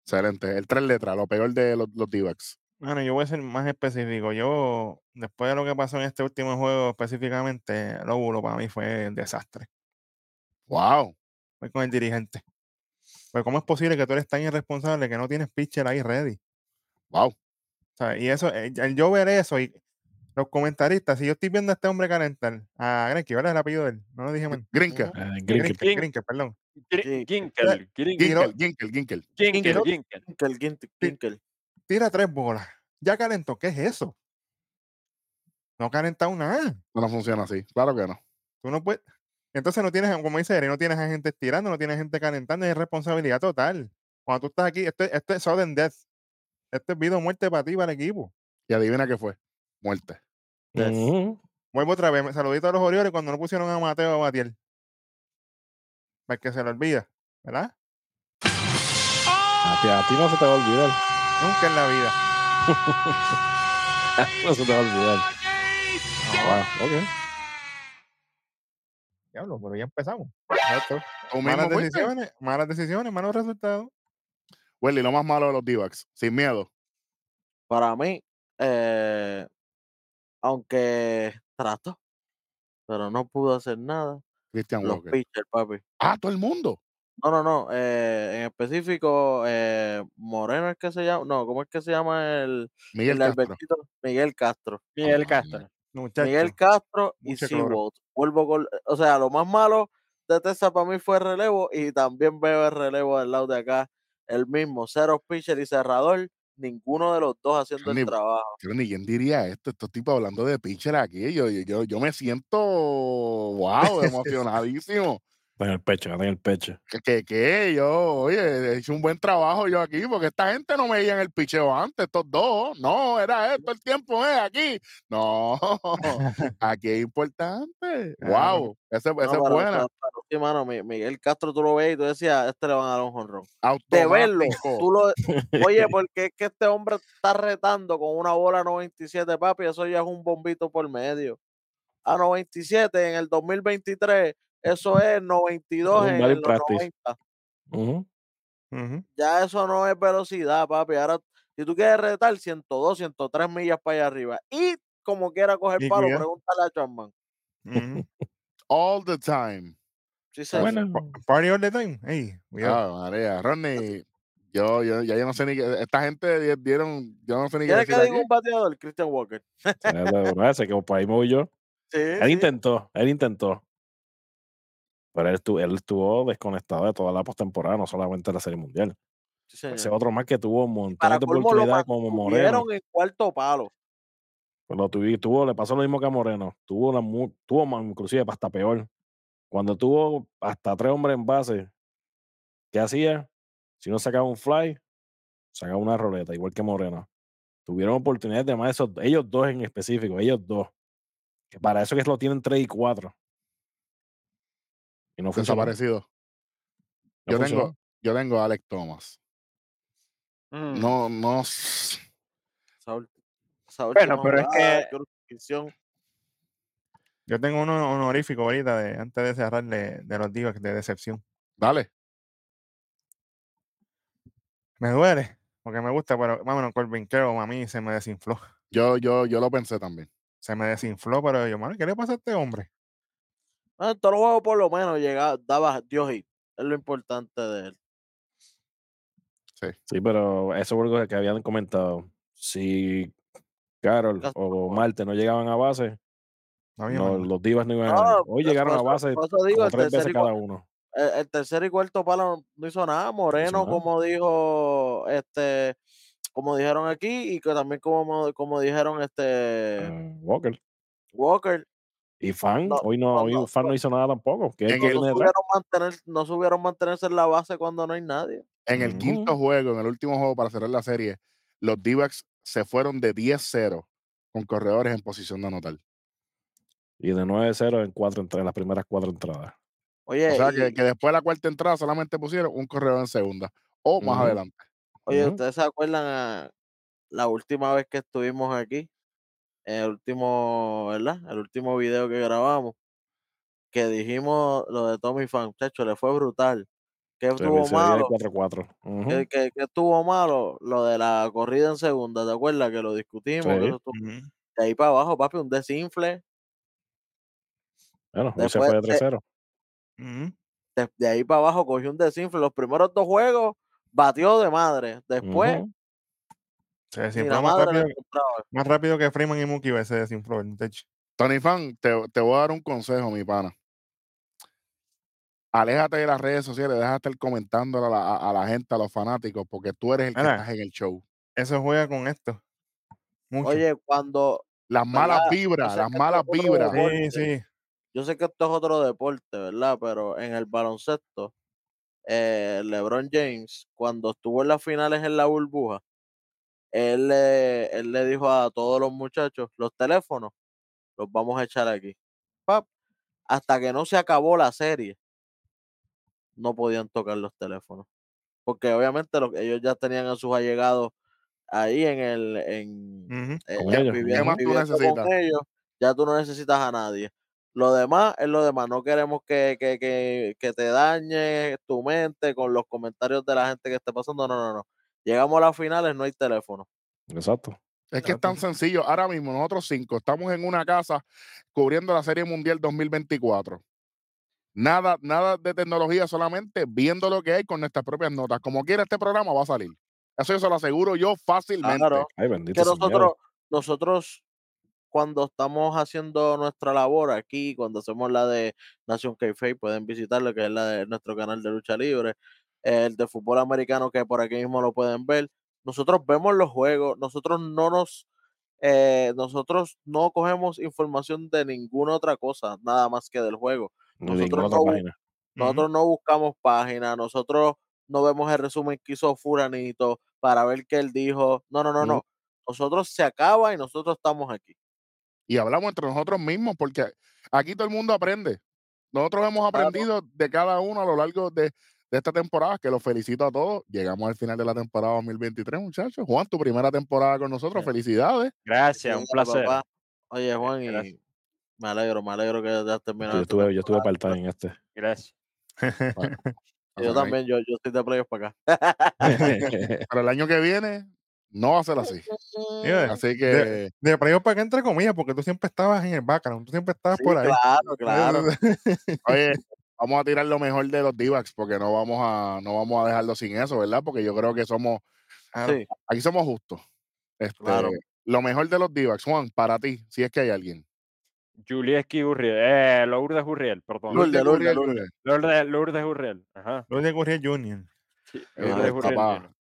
Excelente. El tres letras, lo peor de los, los D-backs. Bueno, yo voy a ser más específico. Yo, después de lo que pasó en este último juego específicamente, el óvulo para mí fue un desastre. Wow. Fue con el dirigente. Pues, ¿cómo es posible que tú eres tan irresponsable que no tienes pitcher ahí ready? Wow. O sea, y eso, eh, al yo ver eso y los comentaristas, si yo estoy viendo a este hombre calentar, a Greinke, ¿cuál es el apellido de él? No lo dije mal. Grinker. Eh, Grinke. Greinke, Greinke. Greinke, perdón. Sí. Gri- Ginkel, Grin- Tiró- Ginkel, Ginkel, Ginkel. Ginkel, Ginkel. Ginkel. Kinkel, Ginkel, Kinkel. Tira tres bolas. Ya calentó, ¿qué es eso? No calentado nada. No, no funciona así. Claro que no. Tú no puedes. Entonces no tienes, como dice Eri, no tienes a gente estirando, no tienes gente calentando, es responsabilidad total. Cuando tú estás aquí, esto, es- esto es sudden death. Esto es vida o muerte para ti, y para el equipo. Y adivina qué fue. Muerte. Des. Ujú. Vuelvo otra vez, me saludito a los Orioles cuando no pusieron a Mateo a Batiel. para el que se le olvida, ¿verdad? A ti, a ti no se te va a olvidar. Nunca en la vida. No se te va a olvidar. Wow, ok. Diablo, pero ya empezamos. Ya esto. Tú mismo, Malas fuiste. decisiones, malas decisiones, malos resultados. Welly, lo más malo de los D-backs, sin miedo. Para mí, eh, aunque trato, pero no pudo hacer nada. Christian Los Walker. pitchers, papi. Ah, todo el mundo. No, no, no. eh, en específico, eh, Moreno es que se llama. No, ¿cómo es que se llama el, Miguel el Castro. Albertito? Miguel Castro. Miguel Castro. Muchacho, Miguel Castro y mucho cloro. Seawold. Vuelvo con. O sea, lo más malo de Texas para mí fue el relevo y también veo el relevo del lado de acá. El mismo, cero pitcher y cerrador. Ninguno de los dos haciendo Ni- el trabajo. Yo ni quién diría esto, estos tipos hablando de pitcher aquí. Yo, yo, yo, yo me siento, wow, emocionadísimo. En el pecho, en el pecho. que, que, que yo, oye, he hecho un buen trabajo yo aquí, porque esta gente no me veía en el picheo antes, estos dos. No, era esto el tiempo, ¿eh? Aquí. No, aquí es importante. Ah, wow, esa, No, pues, esa es pero, buena. pero- pero sí, mano, Mi- Miguel Castro, tú lo ves y tú decías, este le van a dar un jonrón. de verlo. Automático. Tú lo- oye, porque es que este hombre está retando con una bola 97, papi. Eso ya es un bombito por medio. A 97 en el 2023, eso es 92 Un en, batting los practice. 90. Ujú. Ujú. Ya eso no es velocidad, papi. Ahora, si tú quieres retar 102, 103 millas para allá arriba y como quiera coger Y palo, cuidado. pregúntale a Chapman. Ujú. All the time. Sí, señor. Ah, Bueno, Pa- Party all the time. Ey, cuidado. Ah, María, Ronnie. Yo, yo, ya yo no sé ni qué. Esta gente di- dieron. Yo no sé ni qué ¿Quieres decir. que diga aquí. un bateador? Christian Walker. se le da duro, ese que por ahí me voy yo. Sí, Él sí. intentó, él intentó. Pero él estuvo, él estuvo desconectado de toda la postemporada, no solamente de la Serie Mundial. Sí, señor. Ese otro más que tuvo Para montones de colmo lo oportunidades como Moreno. mantuvieron en cuarto palo. Pues lo tuvi- tuvo, le pasó lo mismo que a Moreno. Tuvo, la, mu- tuvo más, inclusive hasta peor. Cuando tuvo hasta tres hombres en base, ¿qué hacía? Si no sacaba un fly, sacaba una roleta, igual que Moreno. Tuvieron oportunidades de más esos, ellos dos en específico, ellos dos. Que para eso que lo tienen tres y cuatro. Y no funcionó. no Desaparecido. Yo tengo, funcionó. yo tengo a Alex Thomas. Mm, Mm. No, no. s- Esa ul- esa Bueno, última pero es jugada, que- crucifixión. Yo tengo uno honorífico ahorita de, antes de cerrar de, de los divas de decepción. Dale. Me duele, porque me gusta, pero vámonos, Corbin Carroll, a mí se me desinfló. Yo, yo, yo lo pensé también. Se me desinfló, pero yo, mano, ¿qué le pasa a este hombre? Ah, en todos los juegos por lo menos llegaba, daba Dios hit. Es lo importante de él. Sí, pero eso fue algo que habían comentado. Si Carol Castro o Moreno. Marte no llegaban a base, No, había no, manera. los divas no iban a No, ganar. por Hoy eso- llegaron a por eso- base por eso digo, como el, tres tercer veces y, cada cua- uno. el- el tercer y cuarto palo no hizo nada. Moreno, nada. como dijo, este, como dijeron aquí, y que también como, como dijeron este Ah, Walker. Walker, Y Fan, No, hoy no, no, hoy no, Fan no hizo nada tampoco. ¿Qué En eco el- no viene detrás? subieron mantener, no subieron mantenerse en la base cuando no hay nadie. En el Ujú. quinto juego, en el último juego para cerrar la serie, los d se fueron de 10-0 con corredores en posición de anotar. Y de 9-0 en cuatro entradas, las primeras cuatro entradas. Oye, O sea y- que, que después de la cuarta entrada solamente pusieron un corredor en segunda o más Ujú. adelante. Oye, Ujú. ¿ustedes se acuerdan a la última vez que estuvimos aquí? El último, ¿verdad? El último video que grabamos, que dijimos lo de Tommy Fan, chacho, le fue brutal. ¿Qué Se estuvo sería de malo? Eh, 4-4. Ujú. ¿Qué, qué- qué estuvo malo? Lo de la corrida en segunda, ¿te acuerdas? Que lo discutimos, que Sí. eso estuvo- Ujú. de ahí para abajo, papi, un desinfle. Bueno, hoy se Después fue de de- 3-0. Ujú. De, de ahí para abajo cogió un desinfle. Los primeros dos juegos batió de madre. Después, Ujú. ni Se la desinfló más madre lo rápido, encontraba. más rápido que Freeman y Mookie Betts, se desinfló el muchacho. Tony Fan, te, te voy a dar un consejo, mi pana. Aléjate de las redes sociales, deja de estar comentando a la, a- a la gente, a los fanáticos, porque tú eres el que Mira. estás en el show. Eso juega con esto. Mucho. Oye, cuando Las malas ¿Verdad? vibras, sé las que esto es malas otro vibras. deporte, sí, sí. yo sé que esto es otro deporte, ¿verdad? Pero en el baloncesto, eh, LeBron James, cuando estuvo en las finales en la burbuja, él le, él le dijo a todos los muchachos, los teléfonos los vamos a echar aquí. Pap, hasta que no se acabó la serie. no podían tocar los teléfonos. Porque obviamente lo, ellos ya tenían a sus allegados ahí en el. En, Ujú. eh, Con ya ellos. ¿Qué viviendo- más tú viviendo con necesitas? ellos, ya tú no necesitas a nadie. Lo demás es lo demás. No queremos que, que, que, que te dañe tu mente con los comentarios de la gente que esté pasando. No, no, no. Llegamos a las finales, no hay teléfono. Exacto. Es que es tan sencillo. Ahora mismo nosotros cinco estamos en una casa cubriendo la Serie Mundial 2024. Nada, nada de tecnología, solamente viendo lo que hay con nuestras propias notas. Como quiera este programa va a salir. Eso yo se lo aseguro yo fácilmente. Claro. Ay, que bendito. señor. nosotros, nosotros cuando estamos haciendo nuestra labor aquí, cuando hacemos la de Nación Café, pueden visitarlo, que es la de nuestro canal de lucha libre, el de fútbol americano, que por aquí mismo lo pueden ver. Nosotros vemos los juegos, nosotros no nos, eh, nosotros no cogemos información de ninguna otra cosa, nada más que del juego. Ni nosotros ninguna otra no bu- página. Nosotros no buscamos páginas, nosotros no vemos el resumen que hizo Furanito para ver qué él dijo. No, no, no, Ujú. no. Nosotros se acaba y nosotros estamos aquí. y hablamos entre nosotros mismos, porque aquí todo el mundo aprende. Nosotros hemos aprendido de cada uno a lo largo de, de esta temporada, que los felicito a todos. Llegamos al final de la temporada 2023, muchachos. Juan, tu primera temporada con nosotros, Sí. felicidades. Gracias, un Mira, placer. papá. Oye, Juan, gracias. y me alegro, me alegro que ya has terminado. Yo esta estuve, yo estuve temporada. part en este. Gracias. Yo también, yo, yo estoy de playoff para acá. Para el año que viene, no va a ser así. Mira, Mm. Así que de, de playoff para acá, entre comillas, porque tú siempre estabas en el background, tú siempre estabas Sí, por ahí. claro, claro. Oye, vamos a tirar lo mejor de los Divacs porque no vamos a no vamos a dejarlo sin eso, ¿verdad? Porque yo creo que somos Claro. Sí, aquí somos justos. Este, Claro. lo mejor de los Divacs, Juan, para ti, si es que hay alguien. Julieski Gurriel. Eh, Lourdes Gurriel, perdón. Lourdes. Gurriel, Lourdes. Lourdes, Lourdes Gurriel. Ajá. Lourdes Gurriel Jr. Sí, Eh, Ah, Lourdes Gurriel. papá. Jr.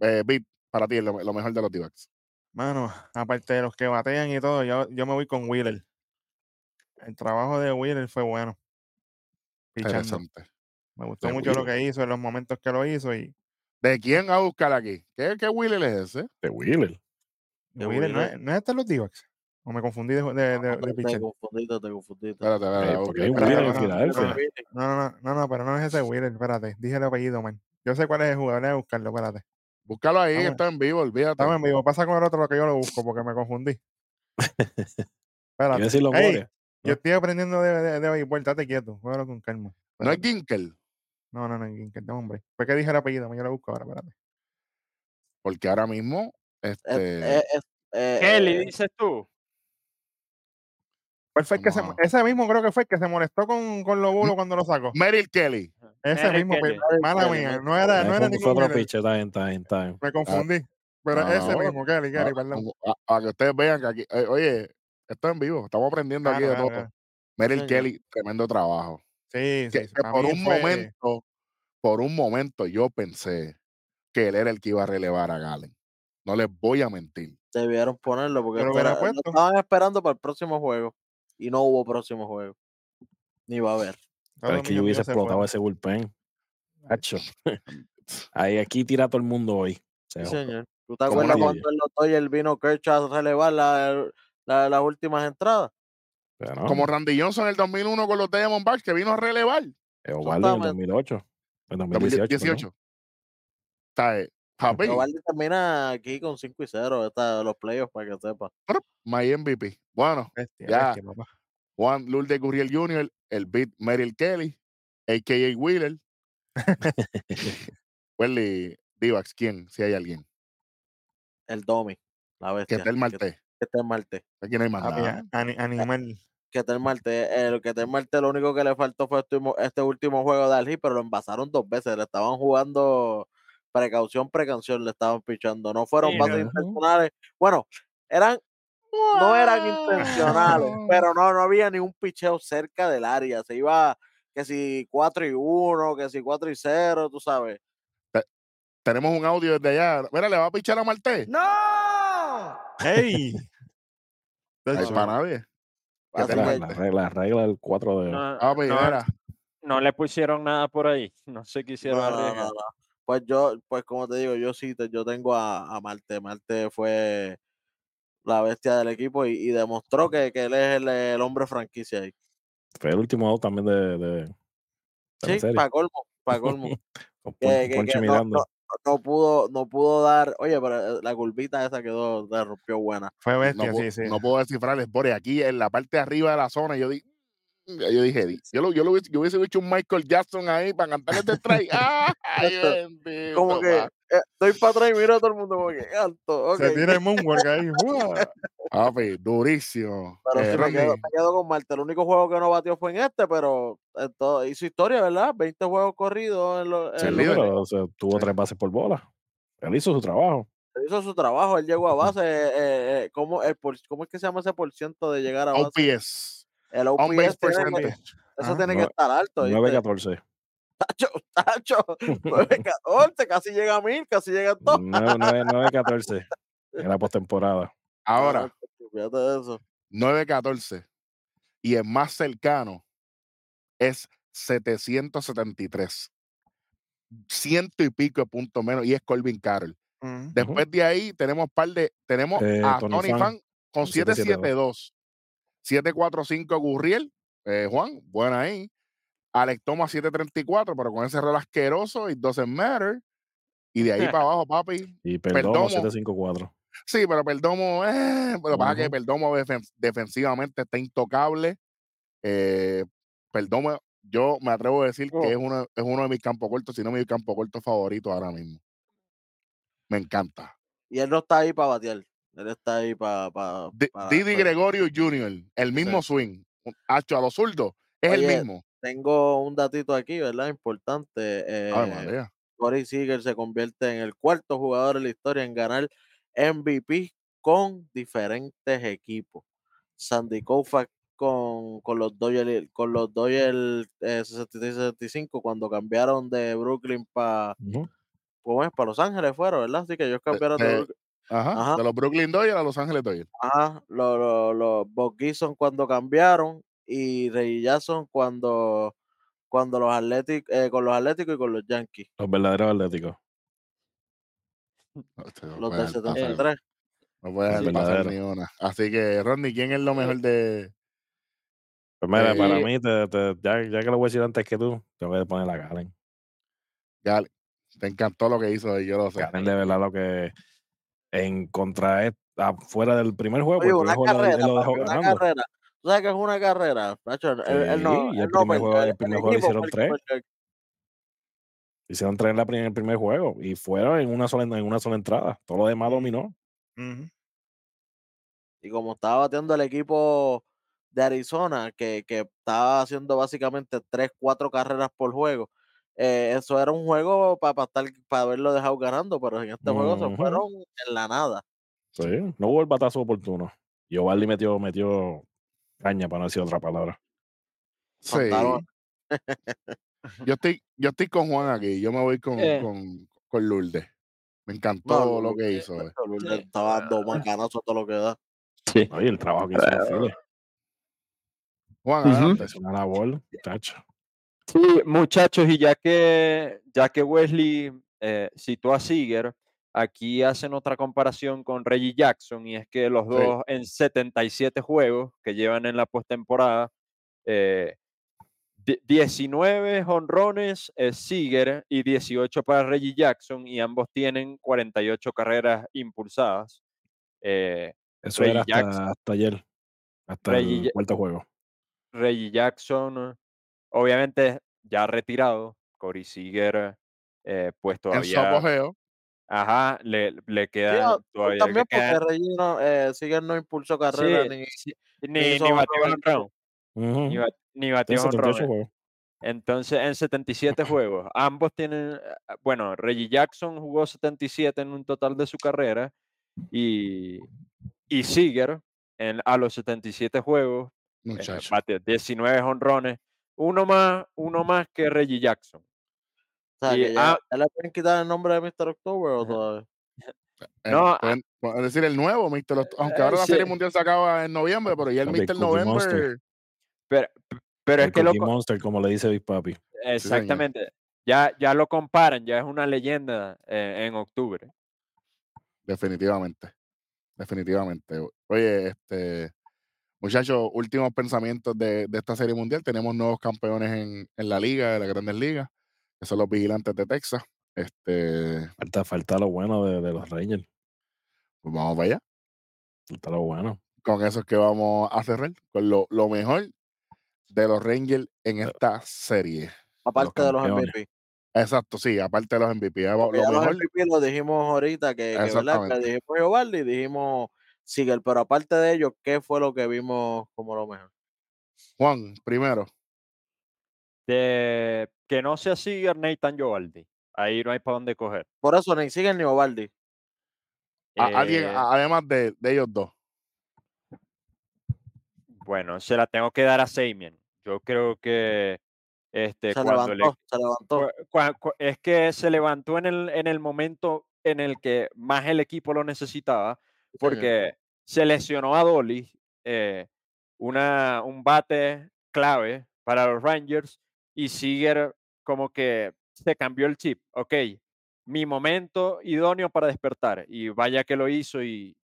Eh, Vic, para ti, lo, lo mejor de los Divacs. Mano, aparte de los que batean y todo, yo, yo me voy con Wheeler. El trabajo de Wheeler fue bueno. Pichando. Interesante. Me gustó De mucho lo que hizo, en los momentos que lo hizo. Y ¿De quién a buscar aquí? ¿Qué, qué Wheeler es ese? De Wheeler. De Wheeler, ¿no, Wheeler. Ah, es, ¿no es este los Divax? ¿O me confundí de, de, de- de te, te pitcher? confundiste, te confundiste. Espérate, espérate, Ah, Eh, ok, porque hay espérate, Wheeler en no, no, espérate. Filadelfia. No, no, no, no, no, pero no es ese Wheeler, espérate. Dije el apellido, man. Yo sé cuál es el jugador, voy a buscarlo, espérate. Búscalo ahí, que Estamos- está en vivo, olvídate. Estamos en vivo, pasa con el otro lo que yo lo busco porque me confundí. Iba a Espérate. decir los Ey, Warriors. yo estoy aprendiendo de, de, de béisbol, estate quieto, juégalo con calma. ¿No es Espérate. Ginkel? No, no, no, que- que- no, hombre. Fue que dije el apellido, man, yo lo busco ahora, espérate. Porque ahora mismo, Eh, este, eh, eh, eh, Kelly, eh, dices tú. ¿Cuál fue el que se, Vamos a- ese mismo creo que fue el que se molestó con, con los bulos cuando lo sacó. Merrill Kelly. Ese Merrill mismo, pe- Kelly. mala Kelly, mía, Merrill no era, Eh, no fue- era fue ningún otro Wheeler, pitcher, time, time, time. me confundí. Pero no, ese no. mismo, Kelly, Ah, Kelly, perdón. a- a que ustedes vean que aquí, eh, oye, esto es en vivo, estamos aprendiendo aquí Claro, de claro, todo. claro. Merrill señor. Kelly, tremendo trabajo. Sí, que, sí, sí, que para por mí un fue- momento, por un momento yo pensé que él era el que iba a relevar a Galen. No les voy a mentir. Debieron ponerlo porque Yo lo esto hubiera era- lo puesto. estaban esperando para el próximo juego y no hubo próximo juego. Ni va a haber. Pero es todos que yo mis hubiese amigos se fueron. explotado ese bullpen. Hacho. Ahí aquí tira todo el mundo hoy. Se Sí, jodió. señor. ¿Tú te Como acuerdas nadie. cuando en los Dodgers vino Kershaw a relevar la, la- las últimas entradas? Pero no, Como Randy Johnson en el 2001 con los Diamondbacks, que vino a relevar. eh, Ovaldi en el Exactamente. 2008. En 2018. 2018. Está, eh, Papi, Pero Valdi termina aquí con 5 y 0 esta, los playoffs para que sepa. my MVP. Bueno, Bestia, Ya. bestia, papá. Juan Lourdes Gurriel Jr., el beat Merrill Kelly, a.k.a. Wheeler. Welly Divax, ¿quién? Si hay alguien. El Domi, la Que bestia. esté el Marte. Que está el Marte. Aquí Ah, no hay más Papi, nada. a- Ah, ani- animal. Que está el Marte. El que está el Marte, lo único que le faltó fue este, mo- este último juego de Algi, pero lo envasaron dos veces. Le estaban jugando precaución, precaución, le estaban pichando. No fueron Sí, no. bases intencionales. Bueno, eran no eran intencionales, pero no, no había ni un picheo cerca del área. Se iba que si 4 y 1, que si 4 y 0, tú sabes. Tenemos un audio desde allá. Mira, le va a pichar a Marte. ¡No! ¡Ey! No hay Tacho, para nadie. Que Así te que Regla, regla, regla del 4 de. No, Ah, pues, no, mira, no le pusieron nada por ahí. No se No, quisieron no, no, arriesgar. no. Pues yo, pues como te digo, yo sí, te- yo tengo a, a Marte. Marte fue la bestia del equipo y, y demostró que, que él es el, el hombre franquicia ahí. Fue el último out también de, de, Sí, en serio. para colmo, para colmo. Con que- Pon- que- Ponche que no- mirando. no- no pudo, no pudo dar, oye, pero eh, la curvita esa quedó, la rompió buena. Fue no, bestia, pu- sí, sí. no puedo descifrar el Spore. Aquí en la parte de arriba de la zona, yo, di, mm, yo dije, di- yo, lo, yo, lo hubiese, yo hubiese hecho un Michael Jackson ahí para cantarle este strike. ¡Ay, bendito! Como que pa. eh, doy para atrás y miro a todo el mundo como que alto, ok. Se tira el moonwalk ahí. ¡guau! Papi, durísimo. Pero Eh, sí, me quedo, Randy, me quedo con Marte. El único juego que no batió fue en este, pero en todo- hizo historia, ¿verdad? 20 juegos corridos. En lo- en Sí, lo- líder. Pero, o sea, tuvo tres bases por bola. Él hizo su trabajo. hizo su trabajo, él llegó a base. eh, eh, eh, ¿cómo, el por- ¿Cómo es que se llama ese por ciento de llegar a base? OPS. El On base OPS. tiene que- percentage. eso Ajá. tiene que Nueve- estar alto. ¿viste? 9-14. Tacho, tacho, 9-14, casi llega a mil, casi llega a todo. 9-14 en la postemporada. Ahora, Fíjate de eso. 914. Y el más cercano es 773. Ciento y pico de puntos menos. Y es Colvin Carroll. Ujú. Después de ahí tenemos par de. Tenemos Eh, a Tony Tony Fan Fan con con 772. 772. 745 Gurriel. eh, Juan, buena ahí. Alex Thomas 734, pero con ese rol asqueroso. It doesn't matter. Y de ahí para abajo, papi. Y Perdomo Perdomo. 7-5-4. Sí, pero Perdomo, eh, lo que pasa es que Ujú. Perdomo defen- defensivamente está intocable. Eh, Perdomo, yo me atrevo a decir Oh. que es uno, es uno de mis campos cortos, si no mi campo corto favorito ahora mismo. Me encanta. Y él no está ahí para batear. Él está ahí para. Di- Didi Gregorio Jr., el mismo swing. un- Hacho a los zurdos, es Oye, el mismo. Tengo un datito aquí, ¿verdad? Importante. Ay, eh, María. Corey Seager se convierte en el cuarto jugador en la historia en ganar MVP con diferentes equipos. Sandy Koufax con, con los Dodgers con los Dodgers eh, 66-65 cuando cambiaron de Brooklyn para Ujú. para Los Ángeles fueron, ¿verdad? Así que ellos cambiaron de, de- Brooklyn. Ajá, Ajá. De los Brooklyn Dodgers a Los Ángeles Dodgers. Ajá, los lo, lo- Bob Gibson cuando cambiaron y Reggie Jackson cuando, cuando los Atléticos, con los Atléticos y con los Yankees, Los verdaderos atléticos. Este, no los puede del dejar pasar- 73. No puede dejar Sí. pasar ni Verdadero. una. Así que, Randy, ¿quién es Eh. lo mejor de...? Pues mira, para Eh, mí, te- te- ya, ya que lo voy a decir antes que tú, tengo que poner a Galen. Gal- te encantó lo que hizo y yo lo sé. Galen, de verdad, lo que en contra es ah, fuera del primer juego, Oye, Pues, porque el una primer juego lo- él carrera, lo dejó papi, una ganando. carrera. ¿Tú sabes que es una carrera? Nacho? él, él no, Sí, y él el no primer perdió, juego- el primer juego equipo hicieron fue el que tres. perdió. Hicieron tres en, la prim- en el primer juego y fueron en una sola, en una sola entrada. Todo lo demás dominó. Ujú. Y como estaba bateando el equipo de Arizona, que, que estaba haciendo básicamente 3, 4 carreras por juego, eh, eso era un juego para estar, para haberlo dejado ganando, pero en este juego se Ujú. fueron en la nada. Sí, no hubo el batazo oportuno. Y Ovaldi metió, metió caña, para no decir otra palabra. Sí. Pantalones. Yo estoy, yo estoy con Juan aquí. Yo me voy con, Eh. con, con Lourdes. Me encantó No, lo que Lourdes, hizo. eh. macho, Lourdes estaba dando macanazo a todo lo que da. Sí. Oye, el trabajo que hizo los Phillies. Juan, Ujú. adelante. Impresionó la bola, muchacho. Sí, muchachos, y ya que, ya que Wesley eh, citó a Seager, aquí hacen otra comparación con Reggie Jackson, y es que los dos en 77 juegos que llevan en la postemporada, eh, die- 19 honrones Seager y 18 para Reggie Jackson, y ambos tienen 48 carreras impulsadas. Eh, Eso Reggie era Jackson. hasta, hasta ayer, hasta Reggie el Ja- cuarto juego. Reggie Jackson, obviamente ya retirado, Corey Seager, eh, pues En su todavía, apogeo. ajá, le, le Sí, quedan, ah, todavía le también porque quedan, Reggie no, eh, Seager no impulsó carrera sí, ni, sí, ni ni, hizo ni honrones. batió jonrón, Ujú. ni, bat- ni Tiene batió 78 jonrones. juegos. eh. Entonces, en 77 juegos, ambos tienen, ah, bueno, Reggie Jackson jugó 77 en un total de su carrera y, y Seager en, a los 77 juegos eh, Muchacho. bate 19 honrones, uno más, uno más que Reggie Jackson. O sea, Y, que ya, ah, ya le pueden quitar el nombre de Mr. October o Ajá. todavía. Eh, no, ah, pueden- pueden decir, el nuevo Mr. Oct- Aunque ahora la sí, Serie Mundial se acaba en noviembre, pero ya el Papi, Mr. Cookie Monster. November. pero, pero es El que lo, Cookie co- Monster, como le dice Big Papi. señor. exactamente, ya, ya lo comparan, ya es una leyenda eh, en octubre. Definitivamente. Definitivamente. Oye, este. Muchachos, últimos pensamientos de, de esta serie mundial. Tenemos nuevos campeones en, en la liga, de las grandes ligas, que son los vigilantes de Texas. Este, Falta, falta lo bueno de, de los Rangers. pues vamos para allá. Falta lo bueno. Con eso es que vamos a cerrar, con lo, lo mejor de los Rangers en esta serie. Aparte de los campeones. MVP. Exacto, sí, aparte de los MVP. eh, Lo Ya los mejor, MVP los dijimos ahorita, que, que, ¿verdad? que Exactamente. dijimos Giovanni y dijimos Sigel, pero aparte de ellos, ¿qué fue lo que vimos como lo mejor? Juan, primero. De que no sea así, Nathan Jovaldi. Ahí no hay para dónde coger. Por eso ni Sigel ni Ovaldi. Ah, A- alguien, Eh, a- además de, de ellos dos. Bueno, se la tengo que dar a Seimien. Yo creo que este, Se cuando le, levantó, se levantó. cua- cua- cua- es que se levantó en el, en el momento en el que más el equipo lo necesitaba, porque se lesionó a Dolly, eh, una, un bate clave para los Rangers, y Seager como que se cambió el chip. Ok, mi momento idóneo para despertar, y vaya que lo hizo, y,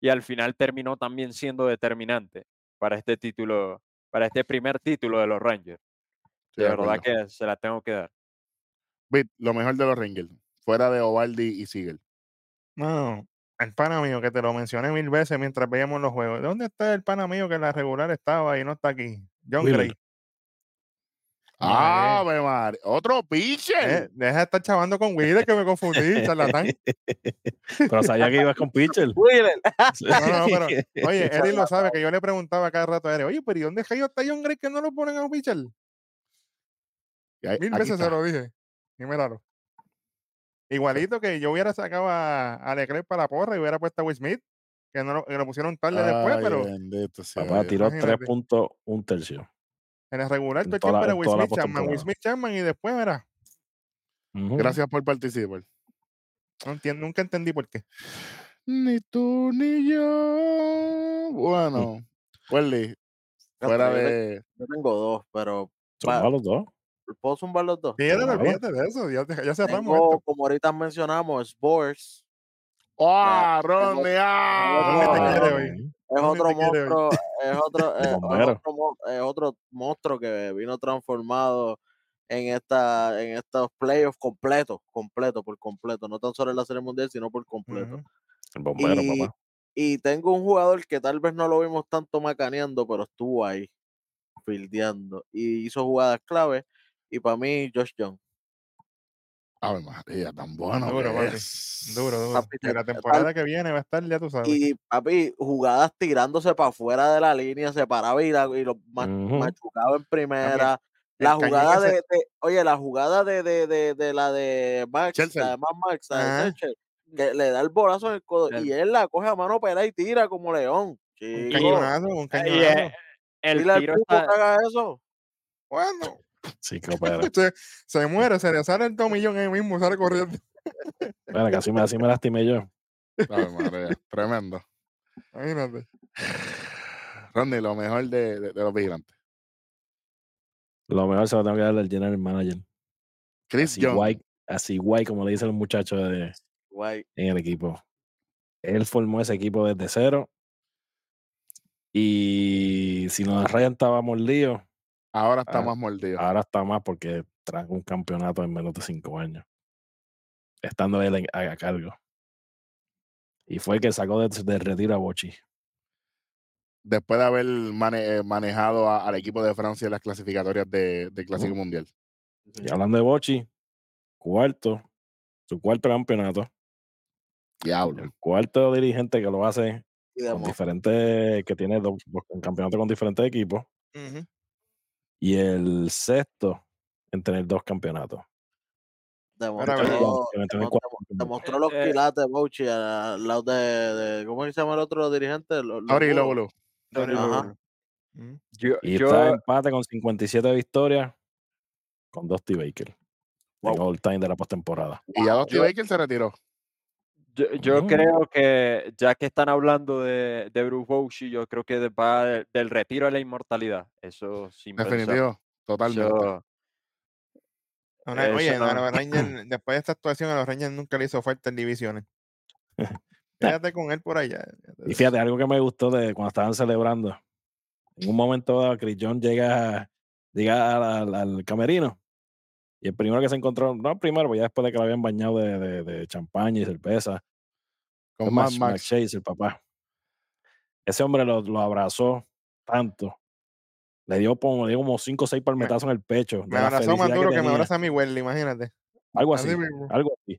y al final terminó también siendo determinante para este título, para este primer título de los Rangers. Sí, De de verdad acuerdo. que se la tengo que dar. Vic, lo mejor de los Rangers, fuera de Ovaldi y Sigel. Mano, el pana mío que te lo mencioné mil veces mientras veíamos los juegos. ¿Dónde está el pana mío que en la regular estaba y no está aquí? John Wheeler. Gray. Ah, me madre. Otro pitcher. Eh, deja de estar chavando con Wheeler que me confundí, charlatán. Pero sabía que ibas con pitcher. Wheeler, No, no, pero, Oye, Eric lo sabe, que yo le preguntaba cada rato a Eric, oye, pero ¿y dónde cayó está John Gray que no lo ponen a pitcher? Y Eh, ahí- Mil aquí veces está. se lo dije. Y míralo. Igualito que yo hubiera sacado a, a Leclerc para la porra y hubiera puesto a Will Smith, que, no lo, que lo pusieron tarde después, Ay, pero eh, bendito sea Papá Dios. tiró imagínate. tres puntos, un tercio. en el regular en todo el toda la- tiempo era en Will toda la Smith Chapman, Will postemporada. Smith Chapman y después, mira, Ujú. Gracias por participar. no entiendo, nunca entendí por qué. Ni tú ni yo. Bueno, Welly, fuera yo, te- de. yo tengo dos, pero Son va- malos dos. ¿puedo zumbar los dos? Míralo, Claro. olvídate de eso, ya, te- ya cerramos Tengo, esto. como ahorita mencionamos, Sports. ¡Ah, tengo- Ronnie! tengo- ¡Ah! te Ah, quiere hoy. bien. es Ronnie otro te quiere hoy. monstruo, es otro, eh, es bombero. otro mon- es otro monstruo que vino transformado en esta, en estos playoffs completos, completo, por completo, no tan solo en la serie mundial, sino por completo. Ujú. El bombero, Y- papá. Y tengo un jugador que tal vez no lo vimos tanto macaneando, pero estuvo ahí, fildeando, y hizo jugadas clave. Y para mí, Josh Young. ¡Ave María, tan bueno! Duro, que papi. es. Duro, duro. Papi, Que la te- tal- temporada que viene va a estar, ya tú sabes. Y papi, jugadas tirándose para afuera de la línea, se paraba y, la- y los ma- Ujú. machucaba en primera. el La cañón jugada ese- de, de- oye, la jugada de, de, de, de la de Max, Chelsea. la de Mad Max, la de Ajá. Sánchez, que le da el bolazo en el codo El- y él la coge a mano pelada y tira como león. Un Chico, cañonazo, un Ah, y, cañonazo. eh, el dile al tiro pulpo está- que haga eso. Bueno, Sí, que opera. se, se muere, se le sale el tomillón ahí mismo, sale corriendo. Bueno, casi me, así me lastimé yo. ¡Ave María, tremendo! Imagínate. Ronnie, lo mejor de, de- de los vigilantes. Lo mejor se lo tengo que dar al general manager. Chris Así Young. guay, así guay, como le dice el muchacho de, Guay. en el equipo. Él formó ese equipo desde cero. Y si nos rayan estábamos líos, Ahora está Ah, más mordido. ahora está más porque trajo un campeonato en menos de cinco años. Estando él en- a, a cargo. Y fue el que sacó de, del retiro a Bochi. después de haber mane- eh, manejado a- al equipo de Francia en las clasificatorias de, de Clásico Uh. Mundial. Y hablando de Bochi, cuarto, su cuarto campeonato, Diablo. el cuarto dirigente que lo hace Y de con mo- diferentes, que tiene dos, dos- un campeonato con diferentes equipos, y el sexto en tener dos campeonatos. demostró- Ahora veremos. Que me tomé demostró- cuatro puntos. Demostró los Eh, quilates, Bouchi, al lado de, de- ¿Cómo se llama el otro dirigente? Lo- lo- Uh. Ahora y Lóbulo. Ajá. Yo, Y yo- está empate con 57 victorias con Dusty Baker. En all time de la postemporada. Y ya Dusty Baker se retiró. yo- yo Mm. creo que ya que están hablando de, de Bruce Bochy, yo creo que de- va del, del retiro a la inmortalidad. Eso sin pensar. Definitivo. Totalmente. Yo- Ahora, Eso oye, no. a los Rangers, después de esta actuación, a los Rangers nunca le hizo falta en divisiones. Quédate con él por allá. Y fíjate, algo que me gustó de cuando estaban celebrando, En un momento dado, Chris John llega, llega al, al- al camerino y el primero que se encontró, no el primero, pues ya después de que lo habían bañado de, de- de champaña y cerveza, Con fue Mad Max, Max Max. Chase, el papá. Ese hombre lo, lo abrazó tanto. Le dio, como, le dio como cinco o seis palmetazos en el pecho. de Me la abrazó más felicidad duro que, me tenía. abraza mi Welly, imagínate. Algo Así así, mismo. algo así.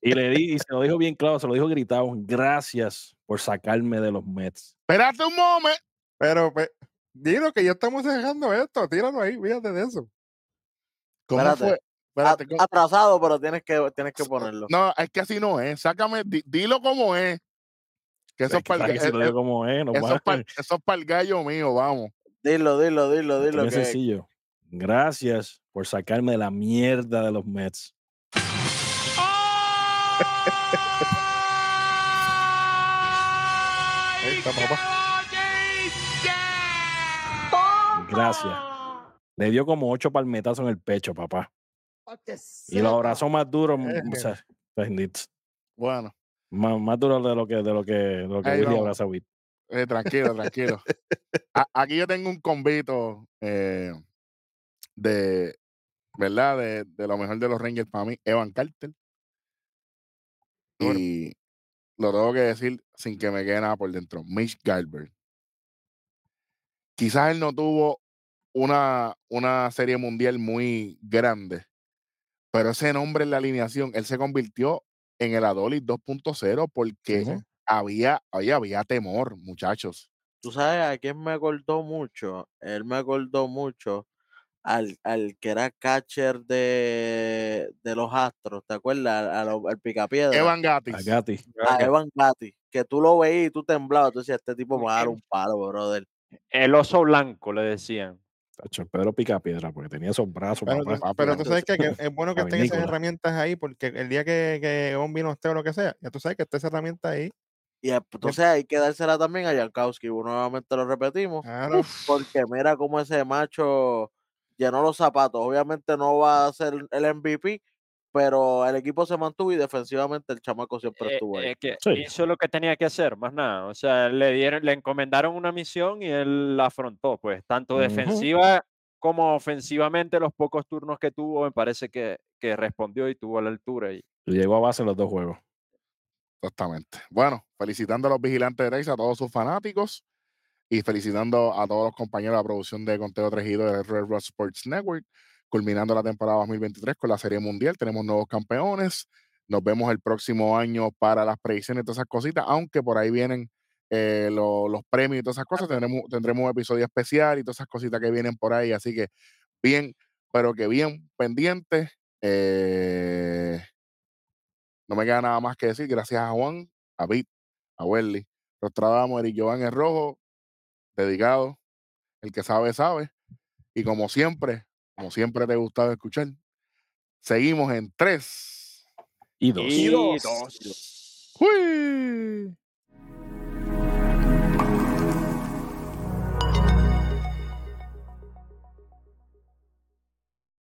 Y le di, y se lo dijo bien claro, se lo dijo gritado, gracias por sacarme de los Mets. Espérate un momento. Pero, pues, dilo que ya estamos dejando esto, tíralo ahí, fíjate de eso. ¿Cómo Espérate. fue? Ah, Espérate, ¿cómo- At- Atrasado, pero tienes que, tienes que ponerlo. No, es que así no es. Sácame, di- dilo como es. Que eso es Es eh, que para Pues, para el, que se lo digo como es, no va- gallo mío, vamos. Dilo, dilo, dilo, es dilo. bien Que, sencillo. Gracias por sacarme de la mierda de los Mets. Ahí está, papá. Gracias. Le dio como ocho palmetazos en el pecho, papá. Y lo abrazó más duro, m- o sea, bendito. Bueno, Más, más duro de lo que, de lo que, de lo que Ahí Willy vamos. abraza a Whit. eh, tranquilo, tranquilo. A- aquí yo tengo un convito eh, de, ¿verdad? De, de lo mejor de los Rangers para mí, Evan Carter. Duro. Y lo tengo que decir sin que me quede nada por dentro. Mitch Garber. Quizás él no tuvo una, una serie mundial muy grande, pero ese nombre en la alineación, él se convirtió en el Adolis 2.0 porque Ujú. había, había, había temor, muchachos. Tú sabes a quién me acordó mucho. Él me acordó mucho al, al que era catcher de, de los astros, ¿te acuerdas? Al, al, al picapiedra. Evan A Gatis. Gatti. a Evan Gatti, que tú lo veías y tú temblabas. Tú decías, este tipo me va a dar Em- un palo, brother. El oso blanco, le decían. Tacho, Pedro Picapiedra, porque tenía esos brazos, Pero, papá. tú, pero tú sabes que, que es bueno que La estén esas vinícola. herramientas ahí, porque el día que, que un vino esté o lo que sea, ya tú sabes que está esa herramienta ahí. Y ap- entonces hay que dársela también a Jankowski. Nuevamente lo repetimos. Claro. Porque mira cómo ese macho llenó los zapatos. Obviamente no va a ser el MVP, pero el equipo se mantuvo y defensivamente el chamaco siempre Eh, estuvo ahí. eh, que Sí. Hizo lo que tenía que hacer, más nada. O sea, le, dieron, le encomendaron una misión y él la afrontó, pues, tanto Ujú. defensiva como ofensivamente, los pocos turnos que tuvo, me parece que, que respondió y tuvo a la altura. Y, Llegó a base en los dos juegos. Exactamente. Bueno, felicitando a los vigilantes de Texas, a todos sus fanáticos y felicitando a todos los compañeros de la producción de Conteo Trejido de Red Rock Sports Network, culminando la temporada 2023 con la Serie Mundial. Tenemos nuevos campeones. Nos vemos el próximo año para las predicciones y todas esas cositas, aunque por ahí vienen eh, lo- los premios y todas esas cosas. Tendremos, tendremos un episodio especial y todas esas cositas que vienen por ahí. Así que bien, pero que bien pendientes. Eh, no me queda nada más que decir. Gracias a Juan, a Pete, a Welly, Nostradamus, Eric Giovanni el Rojo, dedicado, el que sabe, sabe. Y como siempre, como siempre te ha gustado escuchar, seguimos en tres. Y dos. y dos. dos. ¡Uy!